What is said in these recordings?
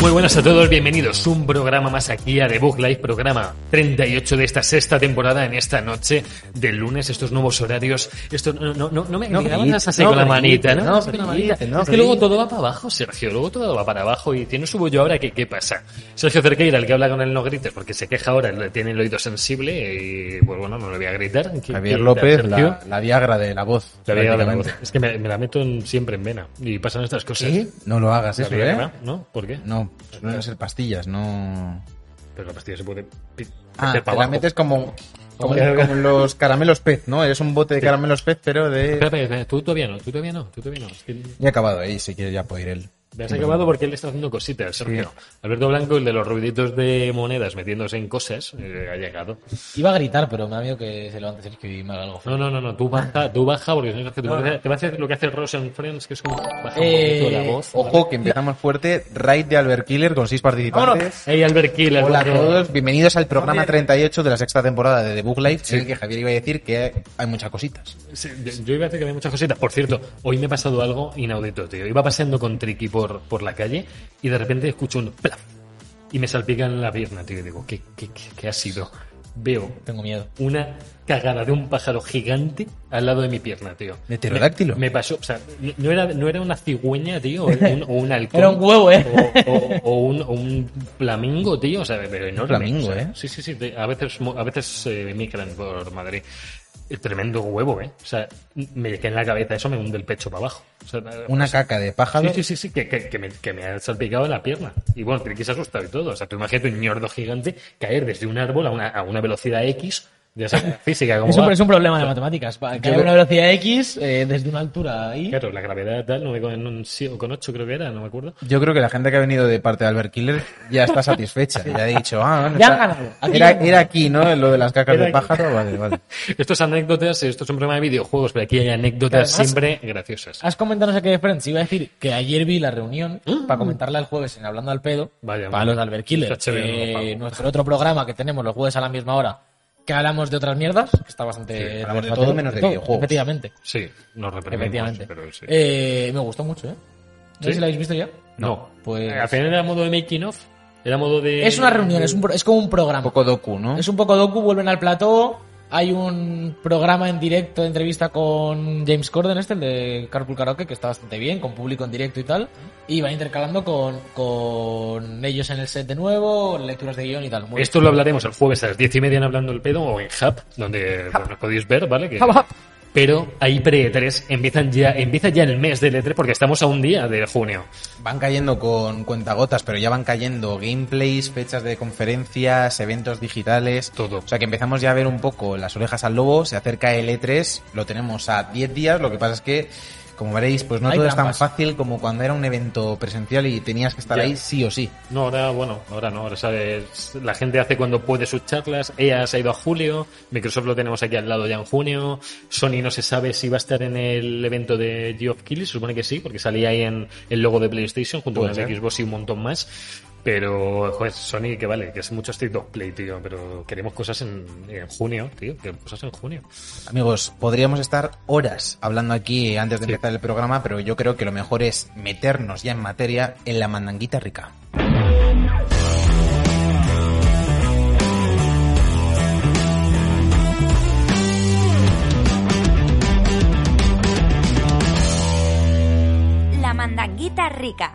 Muy buenas a todos, bienvenidos un programa más aquí a The Book Live, programa 38 de esta sexta temporada en esta noche de lunes, estos nuevos horarios, esto no, no, no, no me, No me grites, avanzas así no con la manita, grites, ¿no? no Con la grites, manita. no es que luego grites. todo va para abajo, Sergio, luego todo va para abajo y no subo yo ahora, ¿qué, qué pasa? Sergio Cerqueira, el que habla con el no grites, porque se queja ahora, le tiene el oído sensible y pues bueno, no lo voy a gritar. ¿Qué- Javier qué- López, Sergio? la, la Viagra de la voz. La Viagra de la voz. prácticamente. Es que me, me la meto en- siempre en vena y pasan estas cosas. ¿Qué? No lo hagas La eso, Viagra, ¿eh? ¿No? ¿Por qué? No, suelen ser pastillas, no... Pero la pastilla se puede pi- Ah, meter para te la abajo. metes como, como, Como- como los caramelos pez, ¿no? Es un bote de caramelos pez, pero Espera, de... espera, espera, tú todavía no, tú todavía no, tú todavía no. Es que Ya he acabado ahí, si quieres ya puedo ir él. me has acabado porque él está haciendo cositas, Sergio. Alberto Blanco, el de los ruiditos de monedas metiéndose en cosas, eh, ha llegado. Iba a gritar, pero me da miedo que se levante Sergio y me haga algo. No, no, no, no, tú baja, tú baja porque si no, Sergio, te, vas a- te va a hacer lo que hace Ross en Friends, que es como baja Eh, un poquito la voz. Ojo, que empezamos fuerte. Raid de Albert Killer con seis participantes. Hey, Albert Killer. Hola a guapo. todos, bienvenidos al programa 38 de la sexta temporada de The Book Life. Sí. que Javier iba a decir que hay muchas cositas. Sí, yo- Yo iba a decir que había muchas cositas. Por cierto, hoy me ha pasado algo inaudito, tío. Iba paseando con Triki por, por la calle y de repente escucho un plaf y me salpica en la pierna, tío. Y digo, ¿qué, qué, qué, qué ha sido? Veo Tengo miedo. una cagada de un pájaro gigante al lado de mi pierna, tío. ¿De pterodáctilo? Me, me pasó, o sea, no- no era, no era una cigüeña, tío, o un, o un halcón. Era un huevo, ¿eh? O, o- o un, o un flamingo, tío, o sea, pero enorme. flamingo, o sea, ¿eh? Sí, sí, sí, te- a veces, mo- a veces eh, migran por Madrid. Eh, Tremendo huevo, ¿eh? O sea, me quedé en la cabeza, eso me hunde el pecho para abajo. O sea, Una caca de pájaro. Sí, sí, sí, sí, que, que- que me, que me ha salpicado en la pierna. Y bueno, que se ha asustado y todo. O sea, tú imagínate un ñordo gigante caer desde un árbol a una, a una velocidad X, ya sabes, física como Es un, va. es un problema de matemáticas. Pa- Que Yo haya creo- una velocidad X eh, desde una altura ahí. Claro, la gravedad tal, no me con un sí o con 8 creo que era, no me acuerdo. Yo creo que la gente que ha venido de parte de Albert Killer ya está satisfecha. Ya ha dicho, ah, bueno, Ya está- han ganado. Aquí era, han ganado. era aquí, ¿no? Lo de las cacas Era de aquí. pájaro. Vale, vale. Esto es anécdotas, esto es un programa de videojuegos, pero aquí hay anécdotas Que además- ah, siempre graciosas. Has comentado no sé qué de Friends. Iba a decir que ayer vi la reunión para comentarla el jueves en Hablando al Pedo Vaya, para los de Albert Killer. Está chévere, no Eh, lo pago. nuestro otro programa que tenemos los jueves a la misma hora, que hablamos de otras mierdas, que está bastante... Sí, hablamos de bastante- todo menos de videojuegos. Efectivamente. Sí, nos reprendemos, efectivamente. pero sí. Eh, me gustó mucho, ¿eh? No ¿Sí? sé si la habéis visto ya. no, pues- Al final era modo de making of, Eh, era modo de... Es una reunión, es, un pro- es como un programa. Un poco docu, ¿no? Es un poco docu, vuelven al plató. Hay un programa en directo de entrevista con James Corden, este, el de Carpool Karaoke, que está bastante bien, con público en directo y tal. Y va intercalando con, con ellos en el set de nuevo, lecturas de guión y tal. Muy Esto lo hablaremos el jueves a las diez y media en Hablando el Pedo o en Hub, donde bueno, lo podéis ver, ¿vale? Que- Hub, hub. Pero ahí pre-E3 empiezan ya, empieza ya el mes del E3 porque estamos a un día de junio. Van cayendo con cuentagotas, pero ya van cayendo gameplays, fechas de conferencias, eventos digitales. Todo. O sea que empezamos ya a ver un poco las orejas al lobo. Se acerca el E3, lo tenemos a 10 días. Lo que pasa es que, como veréis, pues no Hay todo es trampas. tan fácil como cuando era un evento presencial y tenías que estar Ya. ahí sí o sí. No, ahora, bueno, ahora no, ahora sabes, la gente hace cuando puede sus charlas, EA se ha ido a julio, Microsoft lo tenemos aquí al lado ya en junio, Sony no se sabe si va a estar en el evento de Geoff Keighley, se supone que sí, porque salía ahí en el logo de PlayStation junto Puede con el ser. Xbox y un montón más, pero, joder, Sony, que vale, que es mucho State of Play, tío, pero queremos cosas en, en junio, tío, queremos cosas en junio. Amigos, podríamos estar horas hablando aquí antes de Sí. empezar el programa, pero yo creo que lo mejor es meternos ya en materia en la mandanguita rica. La mandanguita rica.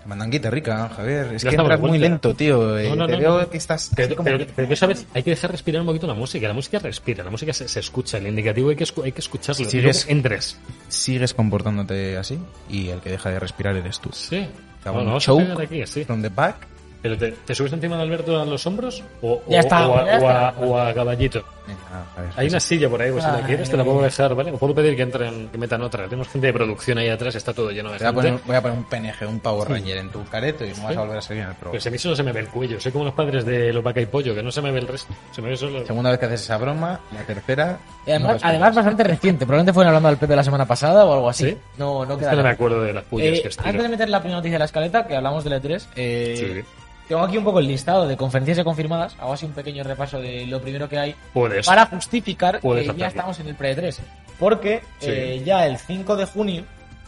La mandanguita rica, Javier. Es Ya estamos que de entras muy vuelta. lento, tío. eh, No, no, te no, veo no. que estás Pero, así como- pero- pero que, ¿sabes? Hay que dejar respirar un poquito la música. La música respira, la música se, se escucha, el indicativo hay que, escu- hay que escucharlo. Sí, Y luego es- entres. sigues comportándote así y el que deja de respirar eres tú. Sí. Te No, hago un no, vamos a choke pegar aquí, sí. from the back. ¿Pero te, te subes encima de Alberto a los hombros? ¿O, o- Ya está, o a, ya o a- está. o a caballito? Venga, a ver. Hay una silla por ahí, pues si Ay. la quieres te la puedo dejar, ¿vale? O puedo pedir que entren, que metan otra. Tenemos gente de producción ahí atrás, está todo lleno de Voy a, gente. poner, voy a poner un PNG, un Power Ranger en tu careto y no vas a volver a salir en el programa. Pues a mí solo se me ve el cuello. Soy como los padres de los vaca y pollo, que no se me ve el resto. Se me ve solo... Segunda vez que haces esa broma, la tercera. Y además, no respondes. además bastante reciente. Probablemente fueron hablando del Pepe la semana pasada o algo así. ¿Sí? No, no Es que queda. no me nada. acuerdo de las pullas Eh, que antes de estiro. meter la primera noticia de la escaleta, que hablamos de la E3, eh, Sí. tengo aquí un poco el listado de conferencias ya confirmadas. Hago así un pequeño repaso de lo primero que hay Puedes. para justificar Puedes que hacerlo. ya estamos en el pre-3. Porque Sí. eh, ya el 5 de junio,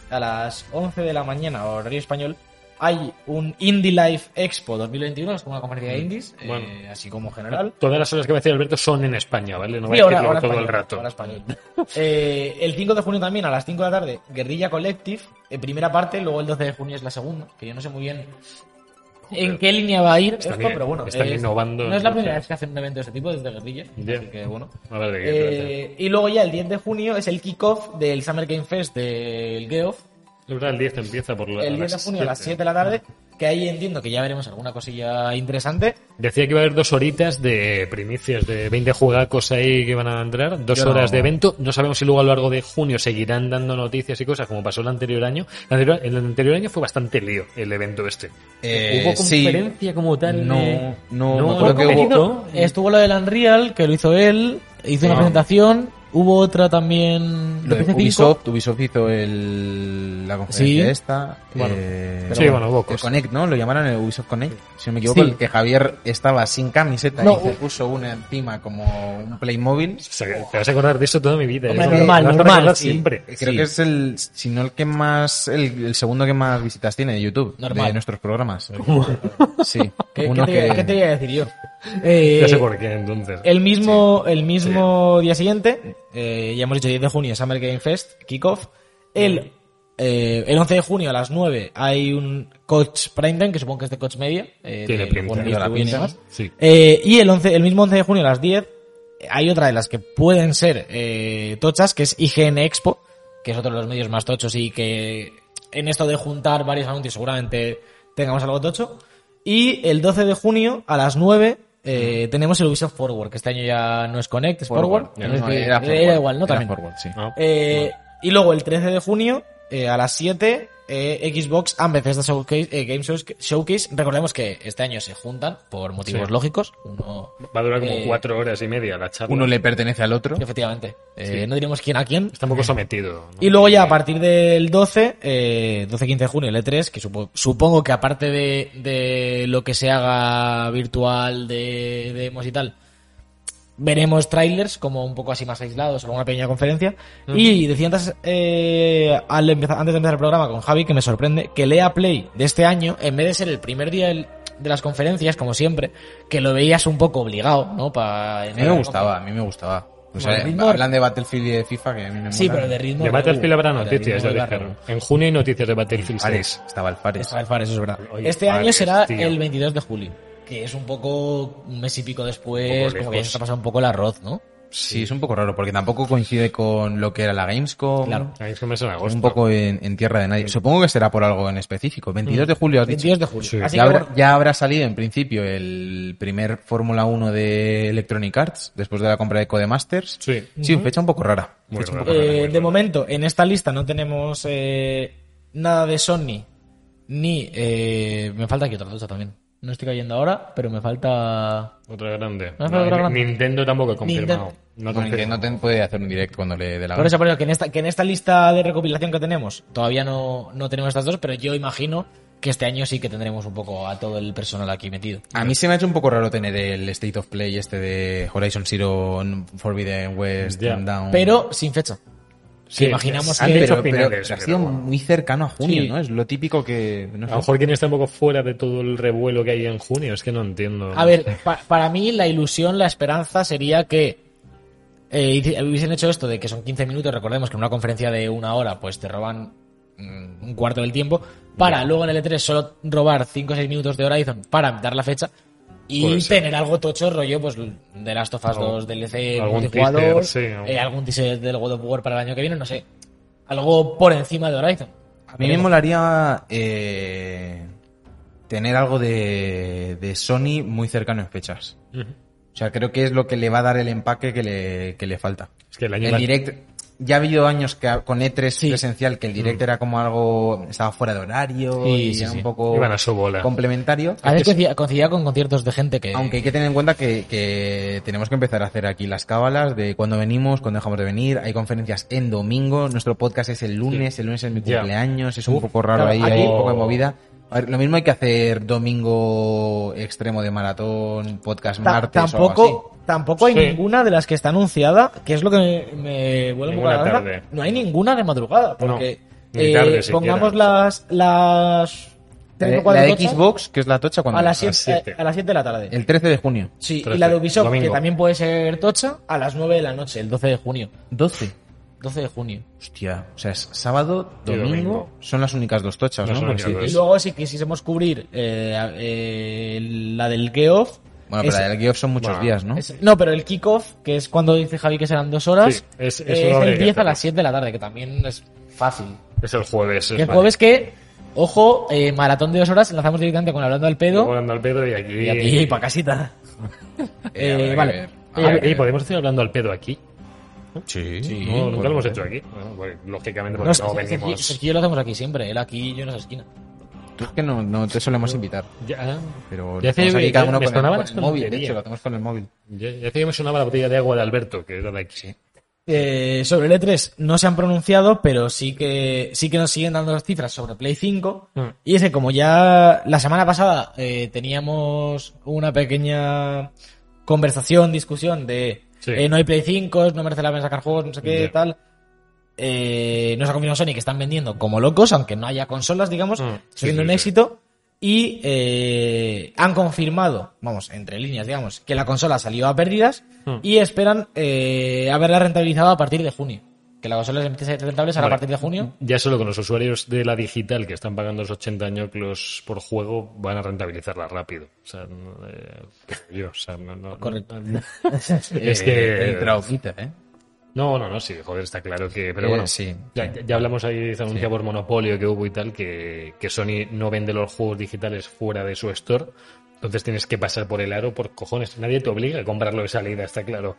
a las 11 de la mañana, horario español, hay un Indie Life Expo 2021, es como una conferencia de indies, eh, Mm. Bueno. así como general. Todas las horas que va a decir Alberto son en España, ¿vale? No va Sí, a ahora- decirlo ahora todo español, el rato. ahora español. Eh, el 5 de junio también, a las 5 de la tarde, Guerrilla Collective, eh, primera parte, luego el 12 de junio es la segunda, que yo no sé muy bien en qué línea va a ir Están esto, in- pero bueno. están es- innovando, No es la entonces. primera vez que hacen un evento de este tipo desde Guerrilla, Ya. así que bueno. A ver, ¿de qué te va a hacer? Eh, y luego ya el 10 de junio es el kickoff del Summer Game Fest del Geoff. La verdad, el 10 empieza por la, El 10 de junio a las 7 de la tarde. Que ahí entiendo que ya veremos alguna cosilla interesante. Decía que iba a haber dos horitas de primicias, de 20 jugacos ahí que van a entrar, dos Yo no- horas de evento. No sabemos si luego a lo largo de junio seguirán dando noticias y cosas como pasó el anterior año. El anterior, el anterior año fue bastante lío el evento este. Eh, Hubo sí. conferencia como tal. No, eh, no, me no, acuerdo que hubo- ¿no? Eh, Estuvo lo del Unreal, que lo hizo él. Hizo una Ah. presentación. Hubo otra también. de Lo de PC5. Ubisoft, Ubisoft hizo el, la conferencia Sí. esta. Bueno, eh, sí, pero bueno, hubo el cosas. Connect, ¿no? Lo llamaron el Ubisoft Connect, si no me equivoco, Sí. el que Javier estaba sin camiseta No, y se u- puso una encima como un Playmobil. o sea, Te vas a acordar de eso toda mi vida. Hombre, ¿eh? Te normal, vas a normal, recordar sí. Eh, Siempre. Eh, Creo Sí. que es el, si no el que más, el, el segundo que más visitas tiene de YouTube, Normal. de nuestros programas. Sí, ¿Qué, uno qué te, que- qué te voy a decir yo? Eh, Ya sé por qué, entonces. El mismo, el mismo día siguiente, eh, ya hemos dicho 10 de junio, Summer Game Fest, kickoff. El, eh, el 11 de junio a las 9 hay un Coach Prime Time, que supongo que es de Coach Media. eh, Tiene de- pinta, bueno, tiene la distribuyen y pinta. demás. Sí. Eh, y el, 11, el mismo 11 de junio a las 10 eh, hay otra de las que pueden ser eh, tochas, que es IGN Expo, que es otro de los medios más tochos y que en esto de juntar varios anuncios seguramente tengamos algo tocho. Y el 12 de junio a las 9 eh, tenemos el Ubisoft Forward, que este año ya no es Connect, es Forward. Ya No es no, que- era era forward, igual, ¿no? era También. forward, sí. No, Eh, Y luego el 13 de junio, eh, a las 7, eh, Xbox and Bethesda Showcase, eh, Game Shows- Showcase. Recordemos que este año se juntan por motivos Sí. lógicos. Uno, Va a durar como eh, cuatro horas y media la charla. Uno le pertenece al otro. Efectivamente. Eh, No diremos quién a quién. Está un poco sometido. ¿no? Y luego ya a partir del 12, eh, 12-15 de junio, el E3, que supo- supongo que aparte de, de lo que se haga virtual, de de demos y tal, veremos trailers como un poco así más aislados, como una pequeña conferencia. Y decía antes, eh, al empezar- antes de empezar el programa con Javi, que me sorprende, que Lea Play de este año, en vez de ser el primer día del- de las conferencias, como siempre, que lo veías un poco obligado, ¿no? Pa- A mí me gustaba, a mí me gustaba. O sea, Bueno, Ritmo- hablan de Battlefield y de FIFA que a mí me Sí, mola. pero de ritmo. De Battlefield habrá de noticias, ritmo ya iba dijeron. raro. En junio hay noticias de Battlefield 6. Fares, estaba el Fares. Está el Fares, eso es verdad. Oye, este año Fares, será tío. el 22 de julio, que es un poco un mes y pico Un después, poco como que ya lejos. se está pasando un poco el arroz, ¿no? Sí, es un poco raro porque tampoco coincide con lo que era la Gamescom. Claro. Ahí es que me suena agosto. Un poco en, en tierra de nadie. Supongo que será por algo en específico. 22 de julio has dicho. 22 Mm. de julio. Sí. Así ya, que habrá, bueno, ya habrá salido en principio el primer Fórmula 1 de Electronic Arts después de la compra de Codemasters. Sí. Sí, fecha un poco rara. Muy Fecha un rara. poco eh, muy de bueno. momento en esta lista no tenemos eh, nada de Sony, ni... eh, me falta aquí otra cosa también. No estoy cayendo ahora, pero me falta... Otra grande. Ah, otra No, grande. Nintendo tampoco ha confirmado. Nintendo. No Bueno, confirma. Nintendo ten- puede hacer un direct cuando le dé la Por gana. eso, por eso, que en esta, que en esta lista de recopilación que tenemos todavía no, no tenemos estas dos, pero yo imagino que este año sí que tendremos un poco a todo el personal aquí metido. A mí se me ha hecho un poco raro tener el State of Play este de Horizon Zero Forbidden West Ya. and Down. Pero sin fecha. Sí, imaginamos han que- dicho pero, finales, pero ha pero sido bueno. muy cercano a junio, Sí. ¿no? Es lo típico que... no A sé. lo mejor quien está un poco fuera de todo el revuelo que hay en junio, es que no entiendo. A ver, pa- para mí la ilusión, la esperanza sería que eh, hici- hubiesen hecho esto de que son 15 minutos, recordemos que en una conferencia de una hora pues te roban mm, un cuarto del tiempo, para luego en el E3 solo robar 5 o 6 minutos de Horizon para dar la fecha Puede y ser. tener algo tocho rollo pues de Last of Us Algún- 2, DLC, algún multijugador, teaser, sí, algún- eh, algún teaser del God of War para el año que viene, no sé, algo por encima de Horizon. A mí me molaría eh, tener algo de, de Sony muy cercano en fechas. Ujú. O sea, creo que es lo que le va a dar el empaque que le, que le falta. Es que el año El pas- direct, ya ha habido años que ha- con E3 Sí. presencial que el direct Mm. era como algo, estaba fuera de horario Sí, y sí, era sí. un poco Iban a su bola. complementario. A veces coincidía, coincidía con conciertos de gente que... Aunque hay que tener en cuenta que, que tenemos que empezar a hacer aquí las cábalas de cuándo venimos, cuándo dejamos de venir. Hay conferencias en domingo, nuestro podcast es el lunes, el lunes es mi Ya. cumpleaños, es un Uf, poco raro claro, ahí, aquí- hay un poco de movida. A ver, lo mismo hay que hacer domingo extremo de maratón, podcast Ta- martes o algo tampoco, tampoco hay Sí. ninguna de las que está anunciada, que es lo que me, me vuelve un poco Ninguna la cabeza. tarde. No hay ninguna de madrugada, porque eh, No, ni tarde siquiera. pongamos las las así. tres o La de- cuatro La de tochas Xbox, que es la tocha, cuando a las A las 7 siete. a las siete de la tarde. el 13 de junio. Sí, y Trece, la de Ubisoft, que domingo. también puede ser tocha, a las 9 de la noche, el 12 de junio. 12. 12 de junio. Hostia, o sea, es sábado, Y domingo, domingo. son las únicas dos tochas, No ¿no? son Porque las únicas sí. Y Pues- luego, si quisiésemos cubrir eh, a- eh, la del Geoff. Bueno, pero es- la del Geoff son muchos Bueno, días, ¿no? es- no, pero el kickoff, que es cuando dice Javi que serán dos horas, Sí, es- es eh, una hora del y 10 a veinte. las 7 de la tarde, que también es fácil. Es el jueves. Es el vale. jueves que, ojo, eh, maratón de dos horas, lanzamos directamente con Hablando al Luego Pedo. hablando al pedo y aquí. Y a ti, pa' casita. Eh, habrá que vale. ver. Ah, Eh, eh, podemos estar hablando al pedo aquí. Sí, no, nunca pues, lo hemos hecho aquí. Bueno, pues, lógicamente, no, porque Sergio- no venimos. Sergio y yo lo hacemos aquí siempre, él aquí y yo en esa esquina. Tú es que no, no te solemos invitar. Ya, Pero Ya estamos sé, aquí me- cada uno me con el, sonaban con las el móvil, de tonterías. hecho, lo hacemos con el móvil. ya, ya que me sonaba la botella de agua de Alberto, que era de aquí. Eh, sobre el E3 no se han pronunciado, pero sí que sí que nos siguen dando las cifras sobre Play 5. Mm. Y es que como ya la semana pasada eh, teníamos una pequeña conversación, discusión de Sí. eh, no hay Play 5, no merece la pena sacar juegos, no sé qué, Ya. tal. Eh, nos ha confirmado Sony que están vendiendo como locos, aunque no haya consolas, digamos, Mm, sí, siendo sí, un sí. éxito. Y eh, han confirmado, vamos, entre líneas, digamos, que la consola salió a pérdidas Mm. y esperan eh, haberla rentabilizado a partir de junio. Que la consola empiece a ser rentable será Vale. Mm. a partir de junio. Ya solo con los usuarios de la digital que están pagando los 80 añoclos por juego van a rentabilizarla rápido. O sea, no, eh, yo, o sea, no, no- Correcto. no- Es que- Eh, El traumita, ¿eh? No, no, no, sí, joder, está claro que. Pero Eh, bueno, sí, ya, sí. ya hablamos ahí, se anuncia por monopolio que hubo y tal, que, que Sony no vende los juegos digitales fuera de su store. Entonces tienes que pasar por el aro por cojones. Nadie te obliga a comprarlo de salida, está claro.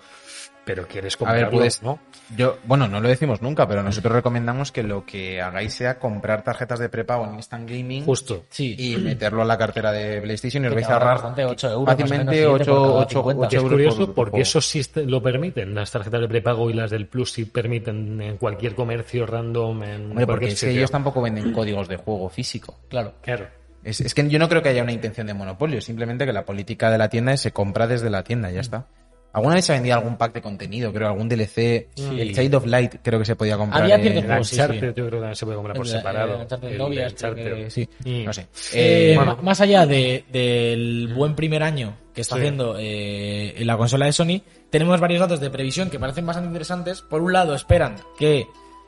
Pero quieres A ver, comprarlo, puedes, ¿no? Yo, bueno, no lo decimos nunca, pero nosotros recomendamos que lo que hagáis sea comprar tarjetas de prepago en Instant Gaming Justo. Sí. y meterlo a la cartera de PlayStation y os Que vais te a ahorra ahorrar bastante, 8 euros, más o fácilmente menos, 8, siete por cada 50. 8, Que es euros. curioso por- porque por- eso sí te- lo permiten. Las tarjetas de prepago y las del Plus sí permiten en cualquier comercio random. En Hombre, porque cualquier es que sitio. ellos tampoco venden códigos de juego físico. Claro. Claro. Es, es que yo no creo que haya una intención de monopolio, simplemente que la política de la tienda es se compra desde la tienda, ya está. ¿Alguna vez se vendía algún pack de contenido? Creo, algún DLC. El Child of Light creo que se podía comprar. Había en- ciertos El juegos, sí, Eh, Uncharted sí. yo creo que también se puede comprar por El- el separado. Uncharted El Lobby, hasta Uncharted. que- sí. Mm. No sé. Eh, Eh, bueno. ma- Más allá de- del buen primer año que está Sí. haciendo eh, la consola de Sony, tenemos varios datos de previsión que parecen bastante interesantes. Por un lado, esperan que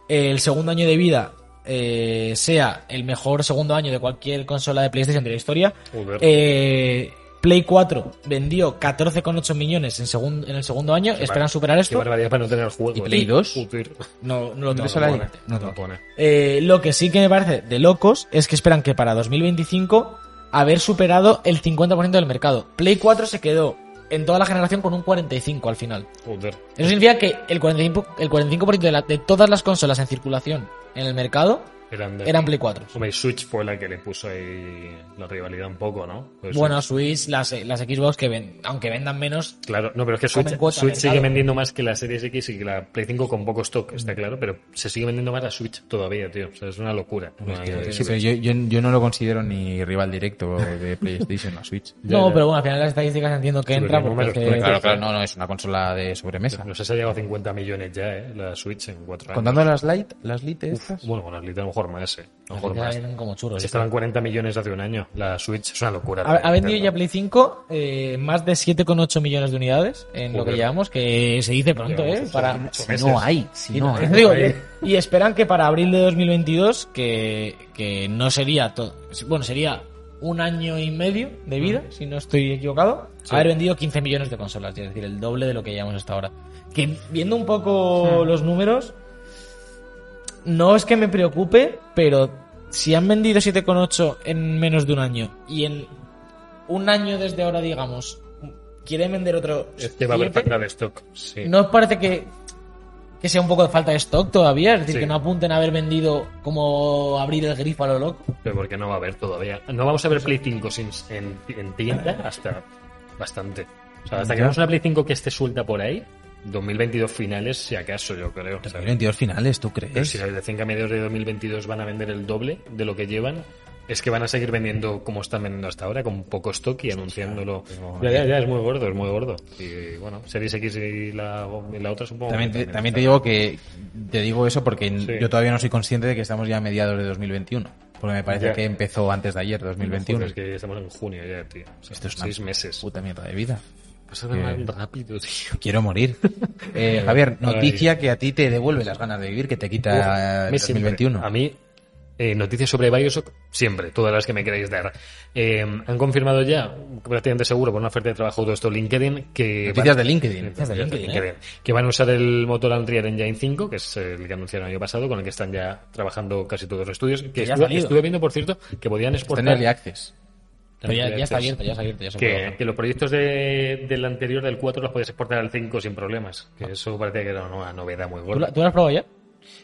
el segundo año de vida eh, sea el mejor segundo año de cualquier consola de PlayStation de la historia. Joder. Eh, Play 4 vendió 14,8 millones en, segun- en el segundo año. Esperan bar- superar Qué esto. barbaridad para no tener juego. ¿Y Play 2? No, no lo ¿No tengo te sale ahí? por delante. No No te te lo lo pone. Eh, lo que sí que me parece de locos es que esperan que para 2025 haber superado el 50% del mercado. Play 4 se quedó en toda la generación con un 45 al final. Joder. Eso significa que el 45%, el 45 de, la- de todas las consolas en circulación en el mercado Eran, de- eran Play 4. Hombre, y Switch fue la que le puso ahí la rivalidad un poco, ¿no? Pues Bueno, Switch, las, las Xbox que ven, aunque vendan menos, Claro, no, pero es que Comen Switch, cuota, Switch mercado. sigue vendiendo más que la Series X y que la Play 5 con poco stock, está claro, pero se sigue vendiendo más la Switch todavía, tío. O sea, es una locura. Una- Eh, Sí, pero yo, yo, yo no lo considero ni rival directo de PlayStation o Switch. Ya, no, ya. pero bueno, al final las estadísticas entiendo que Sí, entra pero porque es números, que- Claro, claro, no, no, es una consola de sobremesa. No sé si ha llegado a 50 millones ya, ¿eh? La Switch en cuatro años. Contando las light, las lit estas. Bueno, con las Lite a lo mejor más, ¿eh? A lo mejor ya más. vienen como churros. Estaban 40 millones hace un año. La Switch es una locura. Ha, ha vendido Pero- ya Play 5 eh, más de 7,8 millones de unidades en lo que Joder. llevamos, que se dice pronto, ¿eh? Llevamos Para, mucho Si meses. no hay, si no hay. Te eh. digo, y esperan que para abril de 2022, que, que no sería todo, bueno, sería un año y medio de vida, Mm. si no estoy equivocado, haber vendido 15 millones de consolas, es decir, el doble de lo que llevamos hasta ahora. Que viendo un poco Mm. los números, no es que me preocupe, pero si han vendido 7,8 en menos de un año y en un año desde ahora, digamos, quieren vender otro. Es que va a haber siete. falta de stock. Sí. ¿No os parece que, que sea un poco de falta de stock todavía? Es decir, Sí. que no apunten a haber vendido como abrir el grifo a lo loco. Pero porque no va a haber todavía. No vamos a ver Play 5 sin- en, en tienda hasta bastante. O sea, hasta que Ya. veamos una Play 5 que esté suelta por ahí, 2022 finales, si acaso, yo creo. ¿sabes? 2022 finales, ¿tú Pero crees? si de 5 a mediados de 2022 van a vender el doble de lo que llevan, es que van a seguir vendiendo como están vendiendo hasta ahora, con poco stock y anunciándolo. Ya, ya, ya, es muy gordo, es muy gordo. Y bueno, Series X y la, y la otra supongo. También que te, también te está. digo que te digo eso porque Sí. yo todavía no soy consciente de que estamos ya a mediados de 2021. Porque me parece Ya. que empezó antes de ayer, 2021. Joder, es que estamos en junio ya, tío. O sea, Esto es una seis meses. Puta mierda de vida. Pasa tan rápido, tío. Quiero morir. Eh, Javier, Ay. noticia que a ti te devuelve las ganas de vivir, que te quita Uf, el me siempre. 2021. A mí, eh, noticias sobre Bioshock, siempre, todas las que me queráis dar. Eh, han confirmado ya, prácticamente seguro, por una oferta de trabajo todo esto, LinkedIn, que. van- Noticias de LinkedIn. eh. Noticias de LinkedIn, ¿eh? Que van a usar el motor Unreal Engine 5, que es el que anunciaron el año pasado, con el que están ya trabajando casi todos los estudios. Que ya ha estuve, salido. estuve viendo, por cierto, que podían Está exportar. en Early Access. Pero ya, ya Access. está abierto, ya está abierto. Ya se puede Que, bajar. que los proyectos de- del anterior, del 4, los podías exportar al 5 sin problemas. Que eso parece que era una novedad muy Ah. ¿Tú, gorda. la- tú lo has probado ya?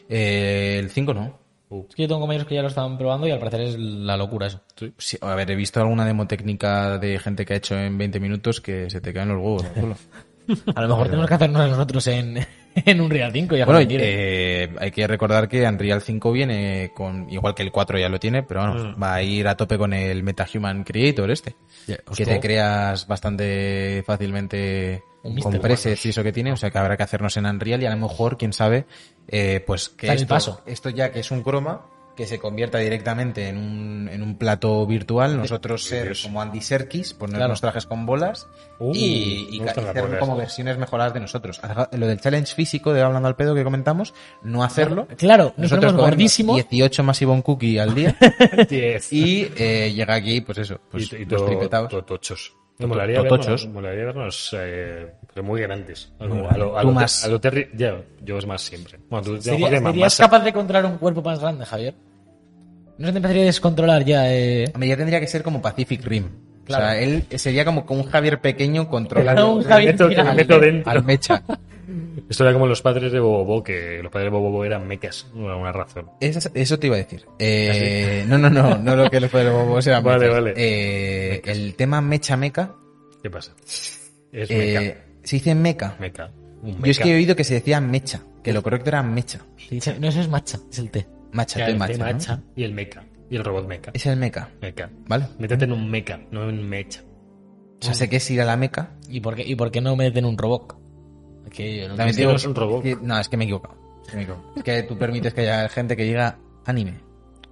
Eh, el 5 no. Uh, Es que yo tengo compañeros que ya lo estaban probando y al parecer es la locura eso. sí. Sí, a ver, he visto alguna demo técnica de gente que ha hecho en 20 minutos que se te caen los huevos. Manolo. A lo mejor tenemos que hacernos nosotros en, en un Real 5 ya bueno, que quiere. eh, hay que recordar que Unreal 5 viene con, igual que el 4 ya lo tiene, pero bueno, Mm. va a ir a tope con el MetaHuman Creator este. que te creas bastante fácilmente Un Mr. con presets y eso que tiene, o sea que habrá que hacernos en Unreal y a lo mejor, quién sabe, eh, pues que Dar el esto, paso. esto ya que es un croma, que se convierta directamente en un, en un plato virtual, nosotros ser como Andy Serkis, Claro. ponernos trajes con bolas Uh, y, y me gustan las hacer bolas. como versiones mejoradas de nosotros. Haga- Lo del challenge físico de hablando al pedo que comentamos, no hacerlo. Claro, nos Nosotros ponemos comernos gordísimos. 18 más Ibon Cookie al día y eh, llega aquí, pues eso, pues y, y los to- tripetados. to- tochos. Me molaría, totochos. vernos, molaría vernos, eh, pero muy grandes. A Muy lo, a grande. lo, a Tú lo- más. a lo Terry- ya, yo es más siempre. Bueno, tú ya ¿Sería- joder, más ¿Serías masa. capaz de controlar un cuerpo más grande, Javier? No se te empezaría a descontrolar ya. Eh... Hombre, ya tendría que ser como Pacific Rim. Claro. O sea, él sería como, como un Javier pequeño Claro, controlando un Me Javier meto- me Vidal. meto dentro. al mecha. Esto era como los padres de Bobo, que los padres de Bobo eran mecas, por alguna razón. Eso, eso te iba a decir. Eh, no, no, no, no lo que le fue o sea, Ah, Vale, mechas. vale. Eh, el tema mecha meca, ¿Qué pasa? Es eh, se dice meca. meca. meca. Un meca. Yo es que he oído que se decía mecha, que lo correcto era mecha. Sí, No, eso es macha, es el té. Macha, Ya, tú y el macha. ¿no? macha y el meca. Y el robot meca. Es el meca, Meca. ¿vale? Métete en un meca, no en un mecha. O Mm. sea, sé que es ir a la meca. ¿Y por qué, y por qué no meten un robot? Que yo no También que te no es un robot. que- no, es que me he equivocado. Es que, me he equivocado. Es que tú permites que haya gente que diga anime.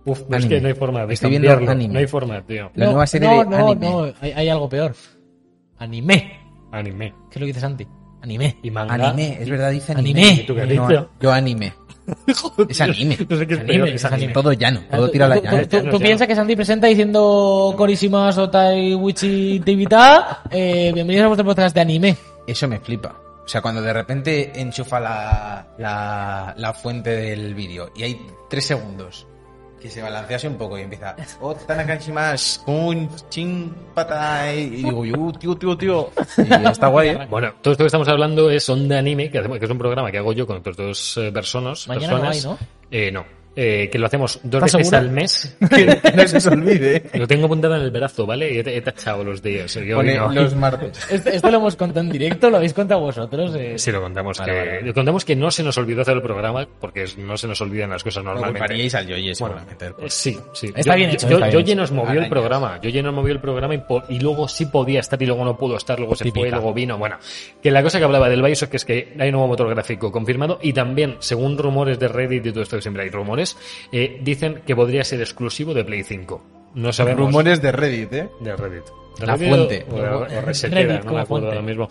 Uf, no es Anime. que no hay forma de Estoy viendo cambiarlo. anime. No hay forma, tío. La no, nueva serie no, de no, anime. no, hay, hay algo peor. Anime. Anime. ¿Qué es lo que dices, Santi? Anime. Y manga. Anime, es verdad, dice Anime. anime. ¿Tú qué has dicho? No, yo anime. es anime. No sé qué es Anime, peor, es es anime. anime. Todo llano, Ah, todo tú- tira a la tú- llana. tú- tú- Ya, ya, tú ya. piensas que Santi presenta diciendo Korishimas Otai Wichi Tibita, eh, bienvenidos a vuestro podcast de anime. Eso me flipa. O sea, cuando de repente enchufa la, la, la fuente del vídeo y hay tres segundos que se balancease un poco y empieza "Oh, Tanakashimasu, un chin patai", y digo yo, tío, tío, tío. Y está guay, ¿eh? Bueno, todo esto que estamos hablando es Onda Anime, que, hacemos- que es un programa que hago yo con otros dos eh, personas. Mañana no personas. hay, ¿no? Eh, no. Eh, que lo hacemos dos ¿Estás veces segura? al mes. Que no se os olvide. ¿eh? Lo tengo apuntado en el brazo, ¿vale? Y he, he tachado los días. Yo Pone no. los martes. Esto, Este, esto lo hemos contado en directo, lo habéis contado vosotros. eh. Sí, lo contamos. Vale, que, vale. lo contamos que no se nos olvidó hacer el programa, porque es- no se nos olvidan las cosas Lo normalmente. culparíais al Yoye, Bueno, seguramente. eh, sí, sí. pues, Está yo, bien yo- hecho, Yo, está bien Yoye nos movió el Arañas. programa. Yo nos movió el programa y, po- y luego sí podía estar y luego no pudo estar, luego se fue, Típica. luego vino. Bueno, que la cosa que hablaba del Bioshock es que hay un nuevo motor gráfico confirmado y también, según rumores de Reddit y todo esto, que siempre hay rumores, eh, dicen que podría ser exclusivo de Play 5. No sabemos. Rumores de Reddit, ¿eh? De Reddit. De La Reddit fuente. O, o resetera, Reddit no como me acuerdo fuente. ahora mismo.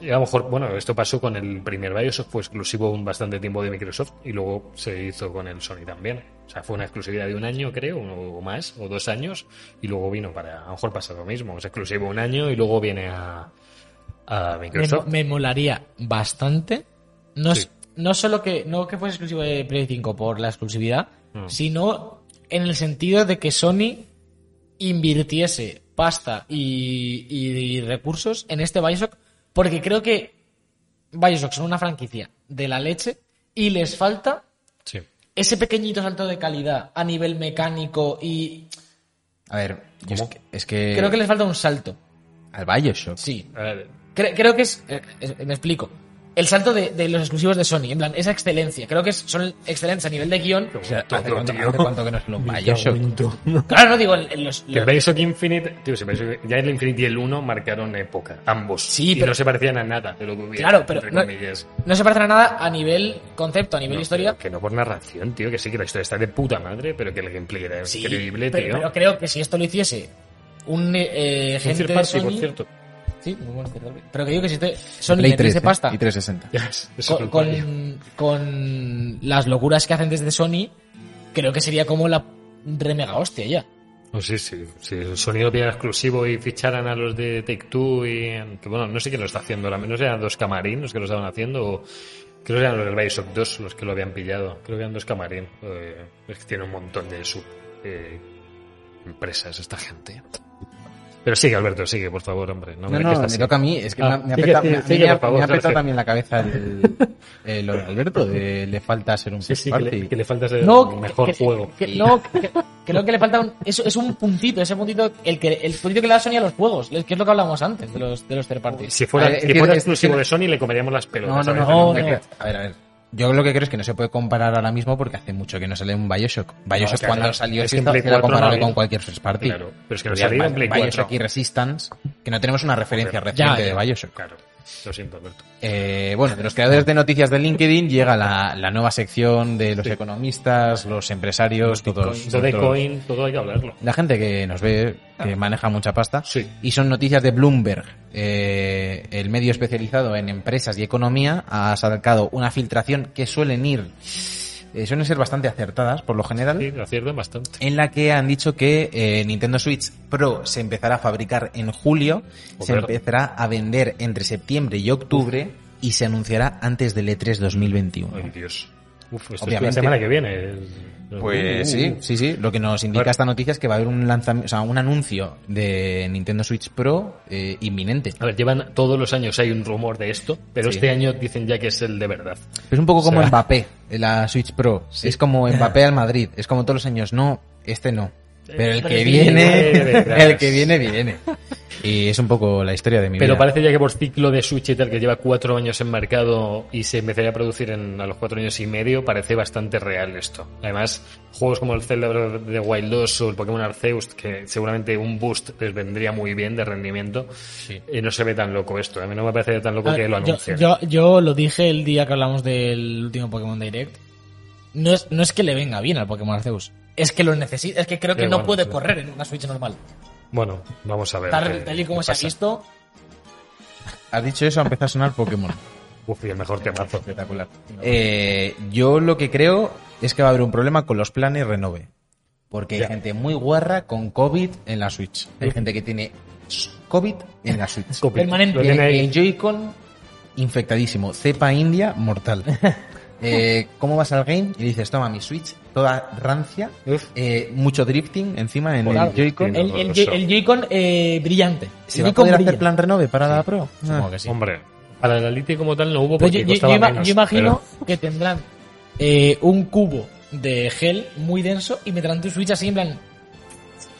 Y A lo mejor, bueno, esto pasó con el primer Bioshock, fue exclusivo un bastante tiempo de Microsoft y luego se hizo con el Sony también. O sea, fue una exclusividad de un año, creo, o más, o dos años, y luego vino para. A lo mejor pasa lo mismo, es exclusivo un año y luego viene a, a me, Microsoft. me molaría bastante. No, Sí. s- no solo que no que fuese exclusivo de Play 5 por la exclusividad, Mm. sino en el sentido de que Sony invirtiese pasta y, y recursos en este Bioshock, porque creo que Bioshock son una franquicia de la leche y les falta Sí. ese pequeñito salto de calidad a nivel mecánico y A ver, yo es ¿Cómo? que, es Eh, que- creo que les falta un salto. al Bioshock. Sí. A ver, Cre- creo que es, eh, es- Me explico. El salto de, de los exclusivos de Sony, en plan, esa excelencia. Creo que es- son excelentes a nivel de guión. O sea, Tonto, ¿hace, cuánto, tío. hace cuánto que no es un Me Bioshock? cago en todo. Claro, no digo, en- en los- Que los- Bioshock Infinite, tío, si Bioshock- ya el Infinite y el 1 marcaron época, ambos. Sí, y pero- no se parecían a nada de lo que hubiera. Claro, pero entre no- comillas. no se parecen a nada a nivel concepto, a nivel No, historia. pero Que no por narración, tío, que sí que la historia está de puta madre, pero que el gameplay era Sí, increíble, pero, tío. pero creo que si esto lo hiciese un eh, eh, Un gente third de party, Sony, por cierto. sí, muy bueno, third party. pero que digo que si este Sony Play metiese 3 pasta y 360. Ya, es- es con, otro rollo. con, con las locuras que hacen desde Sony, creo que sería como la re mega hostia ya. Oh, sí, sí. Si el sonido pidiera exclusivo y ficharan a los de Take Two y. Que bueno, no sé quién lo está haciendo ahora menos eran dos camarín los que lo estaban haciendo o. Creo que eran los de Bioshock 2 los que lo habían pillado. Creo que eran dos camarín. eh, es que tiene un montón de sub. eh, empresas esta gente. Pero sigue, Alberto, sigue, por favor, hombre. No, me No, no, dejes me así. toca a mí. Es que Ah, me ha sigue, petado, sigue, me ha- sigue, me ha- por favor, me ha petado Jorge. también la cabeza el, el lo de Alberto. de le falta ser un Sí, sí, que first le, party. que le falta ser No, el que- mejor que- juego. que- no, que- creo que le falta un, es, es un puntito, ese puntito, el que el puntito que le da Sony a los juegos, que es lo que hablábamos antes de los, de los third parties. Si fuera, A ver, si entiendo, fuera Eh, es- exclusivo de Sony, le comeríamos las No, pelotas. no, ¿sabes? no, no, es no. que- A ver, a ver. Yo lo que creo es que no se puede comparar ahora mismo porque hace mucho que no sale un Bioshock. Bioshock es que cuando claro, salió es es que en Play era 4 no comparable había. con cualquier first party. Claro, pero es que no Había salió en Play 4. Bioshock y Resistance, que no tenemos una referencia Pero- reciente Ya, de ya. Bioshock. Claro, lo siento, Alberto. Eh, bueno, de los creadores de noticias de LinkedIn llega la, la nueva sección de los economistas, los empresarios, todos. Lo de todos- Coin, todo hay que hablarlo. la gente que nos ve, que maneja mucha pasta. Sí. Y son noticias de Bloomberg. Eh, el medio especializado en empresas y economía ha sacado una filtración que suelen ir, eh, suelen ser bastante acertadas por lo general, Sí, lo aciertan bastante. en la que han dicho que eh, Nintendo Switch Pro se empezará a fabricar en julio, se Joder. empezará a vender entre septiembre y octubre y se anunciará antes del E E3 2021. Ay, Dios. Uf, esto Obviamente. es la semana que viene. Uh. El- Pues sí, sí, sí. Lo que nos indica Claro. esta noticia es que va a haber un lanzamiento, o sea, un anuncio de Nintendo Switch Pro eh, inminente. A ver, llevan todos los años hay un rumor de esto, pero Sí. este año dicen ya que es el de verdad. Es un poco como Será. Mbappé, la Switch Pro. Es como Mbappé al Madrid. Es como todos los años, no, este no. Pero el Pero que sí, viene, de verdad. el que viene, viene. Y es un poco la historia de mi Pero vida. parece ya que por ciclo de Switch y tal, que lleva cuatro años en mercado y se empezaría a producir en, a los cuatro años y medio, parece bastante real esto. Además, juegos como el Zelda de Wild 2 o el Pokémon Arceus, que seguramente un boost les vendría muy bien de rendimiento, eh, no se ve tan loco esto. A mí no me parece tan loco A ver, Pues, que lo Ah, yo, anuncien. yo, yo lo dije el día que hablamos del último Pokémon Direct. No es, no es que le venga bien al Pokémon Arceus. Es que lo necesita. Es que creo que Sí, no bueno, puede sí. correr en una Switch normal. Bueno, vamos a ver. qué- Tal, tal y como qué se ha pasa. visto. Has dicho eso, ha empezado a sonar Pokémon. Uf, y el mejor temazo. Espectacular. Eh, yo lo que creo es que va a haber un problema con los planes Renove. Porque hay Ya. gente muy guarra con COVID en la Switch. Hay gente que tiene COVID en la Switch. Permanente. Eh, Lo tiene Tiene ahí. el Joy-Con infectadísimo. Cepa India mortal. Eh, ¿Cómo vas al game? Y dices, toma mi Switch, toda rancia, Uf. eh, mucho drifting encima en Claro. el Joy-Con. Sí, El, el, horroroso. el Joy-Con eh, brillante. ¿Se El va a Joy-Con poder hacer brilla. plan renove para la Pro? Supongo Ah. que sí. Hombre, para la Lite como tal no hubo porque Pero Pues yo, yo- Pues costaba yo ima- menos, yo imagino pero- que tendrán eh, un cubo de gel muy denso y meterán tu Switch así en plan.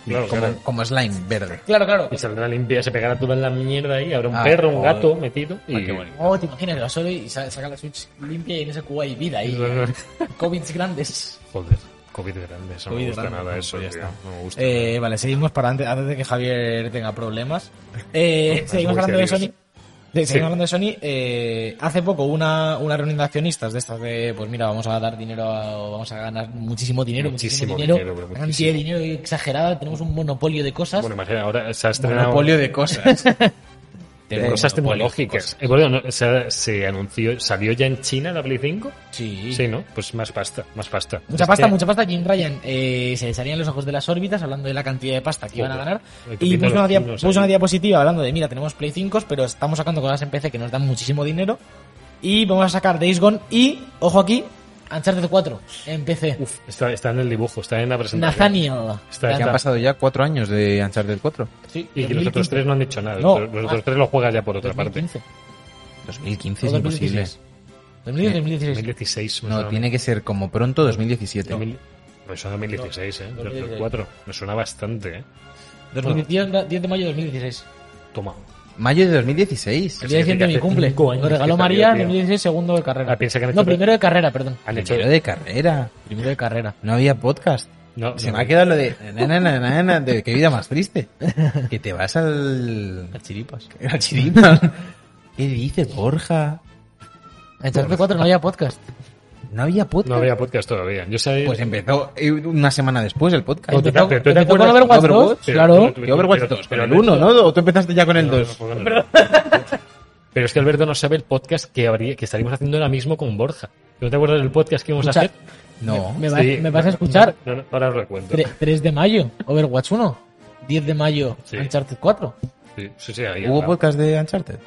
Claro, como, claro. como slime verde. Claro, claro. Y saldrá limpia, se pegará toda la mierda ahí, habrá un Ah, perro, un joder. gato metido y... qué bonito. Oh, te imaginas, la solo y sa- saca la Switch limpia y en ese cubo hay vida ahí. COVID grandes. Joder, COVID grande, eso no COVID me gusta grande, nada no, eso, pues ya tío, está. no me gusta. Eh, vale, seguimos para antes, antes de que Javier tenga problemas. Eh, Es seguimos muy hablando de Sony. serio. de- Sí. seguimos hablando de Sony. Eh, hace poco una, una reunión de accionistas de estas de, pues mira, vamos a dar dinero, a- o vamos a ganar muchísimo dinero, muchísimo, Muchísimo dinero, dinero, pero una cantidad de dinero exagerada, tenemos un monopolio de cosas. Bueno, imagina, ahora se ha estrenado Monopolio de cosas. de cosas tecnológicas. Eh, bueno, no, se, se anunció, ¿salió ya en China la Play 5? sí. Sí, ¿no? Pues más pasta, más pasta. Mucha Es pasta, que- mucha pasta. Jim Ryan eh, se le salían los ojos de las órbitas hablando de la cantidad de pasta que iban a Joder, ganar. hay que Y pintar puso una, los dia- chinos puso ahí. una diapositiva hablando de, mira, tenemos Play 5, pero estamos sacando cosas en PC que nos dan muchísimo dinero. Y vamos a sacar Days Gone y, ojo aquí, Uncharted 4 en PC. Uf, está, está en el dibujo, está en la presentación. Nathaniel. Está- Que está- han pasado ya cuatro años de Uncharted 4. Sí, Y que los otros 2015. tres no han dicho nada. No. los otros tres lo juegas ya por otra parte. 2015. 2015 O es 2016. imposible. 2015, 2016. 2016. me No, suena. tiene que ser como pronto 2017. 2000. Me suena 2016, ¿eh? No, 2016. 2016. Me suena bastante, ¿eh? 2010 10 de mayo de 2016. Toma. Mayo de 2016. El día significa siguiente de mi hace cumple. cinco años Lo regaló que María salió, en tío. 2016, segundo de carrera. Ah, piensa que han no, hecho- primero de carrera, perdón. Han hecho. Primero de carrera. Primero de carrera. No había podcast. No, Se no, me ha quedado lo de... na, na, na, na, na, de qué vida más triste. Que te vas al... Las chiripas. Al chiripa. ¿Qué dice Borja? En Charter 4 no había podcast. No había podcast. no había podcast todavía. Yo sabía. Pues empezó eh, una semana después el podcast. No, te- Empezó- pero tú te empezó con acuerdas- Overwatch Overwatch, 2, pero- claro. pero- Que Overwatch pero- 2, pero pero el 1, ¿no? ¿O tú empezaste ya con el No, no, 2? no, no, no. Pero es que Alberto no sabe el podcast que, habría, que estaríamos haciendo ahora mismo con Borja. ¿No te acuerdas del podcast que íbamos Escucha, a pues hacer? No. Me, vas, Sí. me vas a escuchar No, no, ahora os recuento. tre- 3 de mayo, Overwatch 1. 10 de mayo, Sí. Uncharted 4. Sí, sí, sí, ahí ¿Hubo habrá. podcast de Uncharted?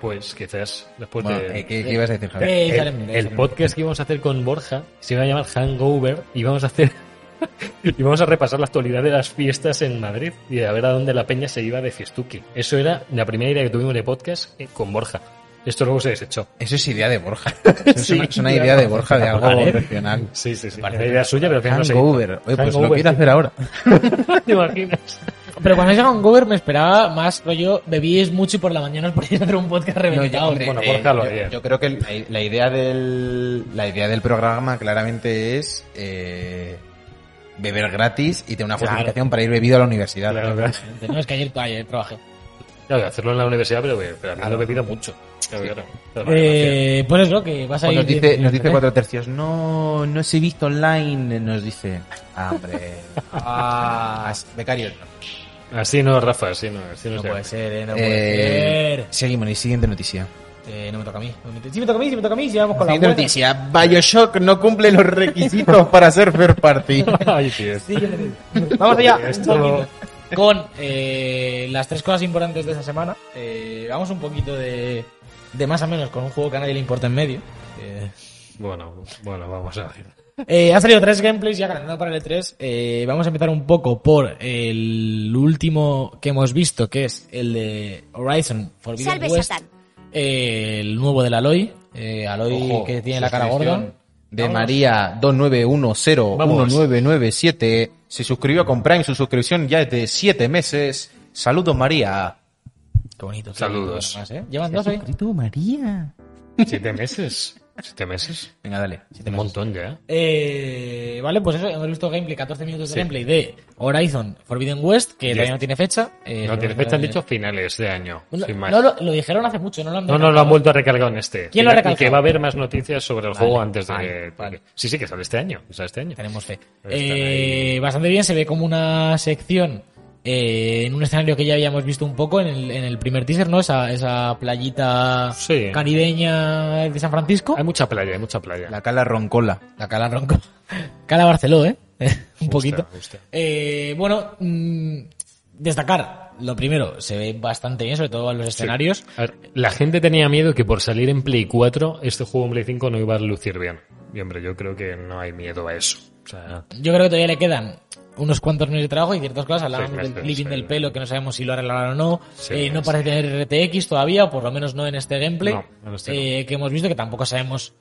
Pues quizás después Bueno, de... eh, ¿qué, qué ibas a decir, Javier? Eh, el, sale en- el podcast que íbamos a hacer con Borja se iba a llamar Hangover y vamos a hacer y vamos a repasar la actualidad de las fiestas en Madrid y a ver a dónde la peña se iba de fiestuki. Eso era la primera idea que tuvimos de podcast eh, con Borja. Esto luego se desechó. Eso es idea de Borja. Eso es, una, es una idea de Borja de algo Vale. regional. Sí, sí, sí. Parece Era idea suya, pero al final no se hizo. Hangover. Oye, pues lo Hangover, quiero sí. hacer ahora. ¿Te imaginas? Pero cuando llega un cover me esperaba más rollo, bebíais mucho y por la mañana os poníais a hacer un podcast reventado. hombre, bueno, eh, Borja lo yo- haría. yo, creo que la, la idea del la idea del programa claramente es eh, beber gratis y tener una Claro. justificación para ir bebido a la universidad. Claro, claro. No, es que ayer, ayer trabajé. Claro, hacerlo en la universidad, pero, pero habiendo bebido mucho. Claro, claro. Pero vale, gracias. Eh, pues eso, que vas a ir... Cuando nos dice, nos dice ¿eh? cuatro tercios, no, no os he visto online, nos dice. Ah, hombre. Ah, becarios no. Así no, Rafa, así no. Así no, No se puede hace. ser, eh, no Eh, puede ser. Seguimos, y siguiente noticia. Eh, no me toca a mí. Si me toca a mí, si me toca a mí, si vamos con la Siguiente buena. noticia. Bioshock no cumple los requisitos para ser fair party. Ay, tío. Vamos allá. Esto Un lo- poquito. Con eh, las tres cosas importantes de esa semana. Eh, vamos un poquito de, de más a menos con un juego que a nadie le importa en medio. Eh, Bueno, bueno, vamos a ver. Eh, han salido tres gameplays ya calentando para el E3. Eh, vamos a empezar un poco por el último que hemos visto, que es el de Horizon Forbidden Salve, West. Satán. Eh, el nuevo del Aloy. Eh, Aloy Ojo, que tiene la cara suscripción gorda. De María 29101997 se suscribió con Prime, su suscripción ya es de 7 meses. Saludos María. Qué bonito. Saludos. Además, ¿eh? Llevan dos hoy. María. ¿Siete meses? ¿Siete meses? Venga, dale. Un montón ya. Eh, vale, pues eso, hemos visto gameplay, 14 minutos de gameplay de Horizon Forbidden West, que Yes. todavía no tiene fecha. Eh, No, tiene pero- fecha, han dicho finales de año. No, sin más. no, lo, lo dijeron hace mucho, no lo han No, no lo han recalcado. vuelto a recargar en este. ¿Quién lo ha Y que- y recalcado? Que va a haber más noticias sobre el Vale, juego antes de. vale, vale. ¿Eh? Sí, sí, que sale este año. que Sale este año. Tenemos fe. Pero están Eh, bastante bien, se ve como una sección eh, en un escenario que ya habíamos visto un poco en el, en el primer teaser, ¿no? Esa, esa playita Sí. caribeña de San Francisco. Hay mucha playa, hay mucha playa. La cala roncola. La cala ronco. Cala Barceló, ¿eh? un poquito. me gusta. Eh, bueno, mm, destacar. Lo primero, se ve bastante bien, sobre todo en los escenarios. A ver, la gente tenía miedo que por salir en Play 4, este juego en Play 5 no iba a lucir bien. Y hombre, yo creo que no hay miedo a eso. O sea, Yo creo que todavía le quedan unos cuantos meses de trabajo y ciertas cosas. Hablábamos Sí, del meses, clipping sí. del pelo, que no sabemos si lo arreglarán o no. Sí, Eh, no sí. parece tener RTX todavía, o por lo menos no en este gameplay No, en este eh, que hemos visto, que tampoco sabemos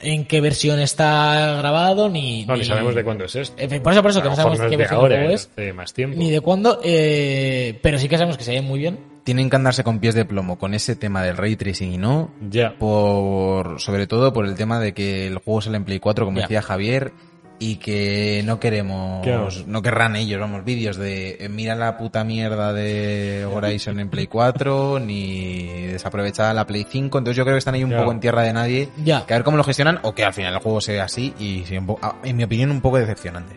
en qué versión está grabado, ni... no, ni sabemos de cuándo es esto. Eh, por eso, por eso, A que lo no mejor sabemos qué es de versión del ahora, ¿eh? juego es es, de más tiempo. ni de cuándo, eh, pero sí que sabemos que se ve muy bien. Tienen que andarse con pies de plomo con ese tema del ray tracing y no. Ya. Por, sobre todo por el tema de que el juego sale en Play 4, como Ya. decía Javier, y que no queremos, Claro. no querrán ellos, vamos, vídeos de eh, mira la puta mierda de Horizon en Play 4, ni desaprovechada la Play 5, entonces yo creo que están ahí un Claro. poco en tierra de nadie, Ya. que a ver cómo lo gestionan, o que al final el juego sea así, y sea un po- ah, en mi opinión un poco decepcionante.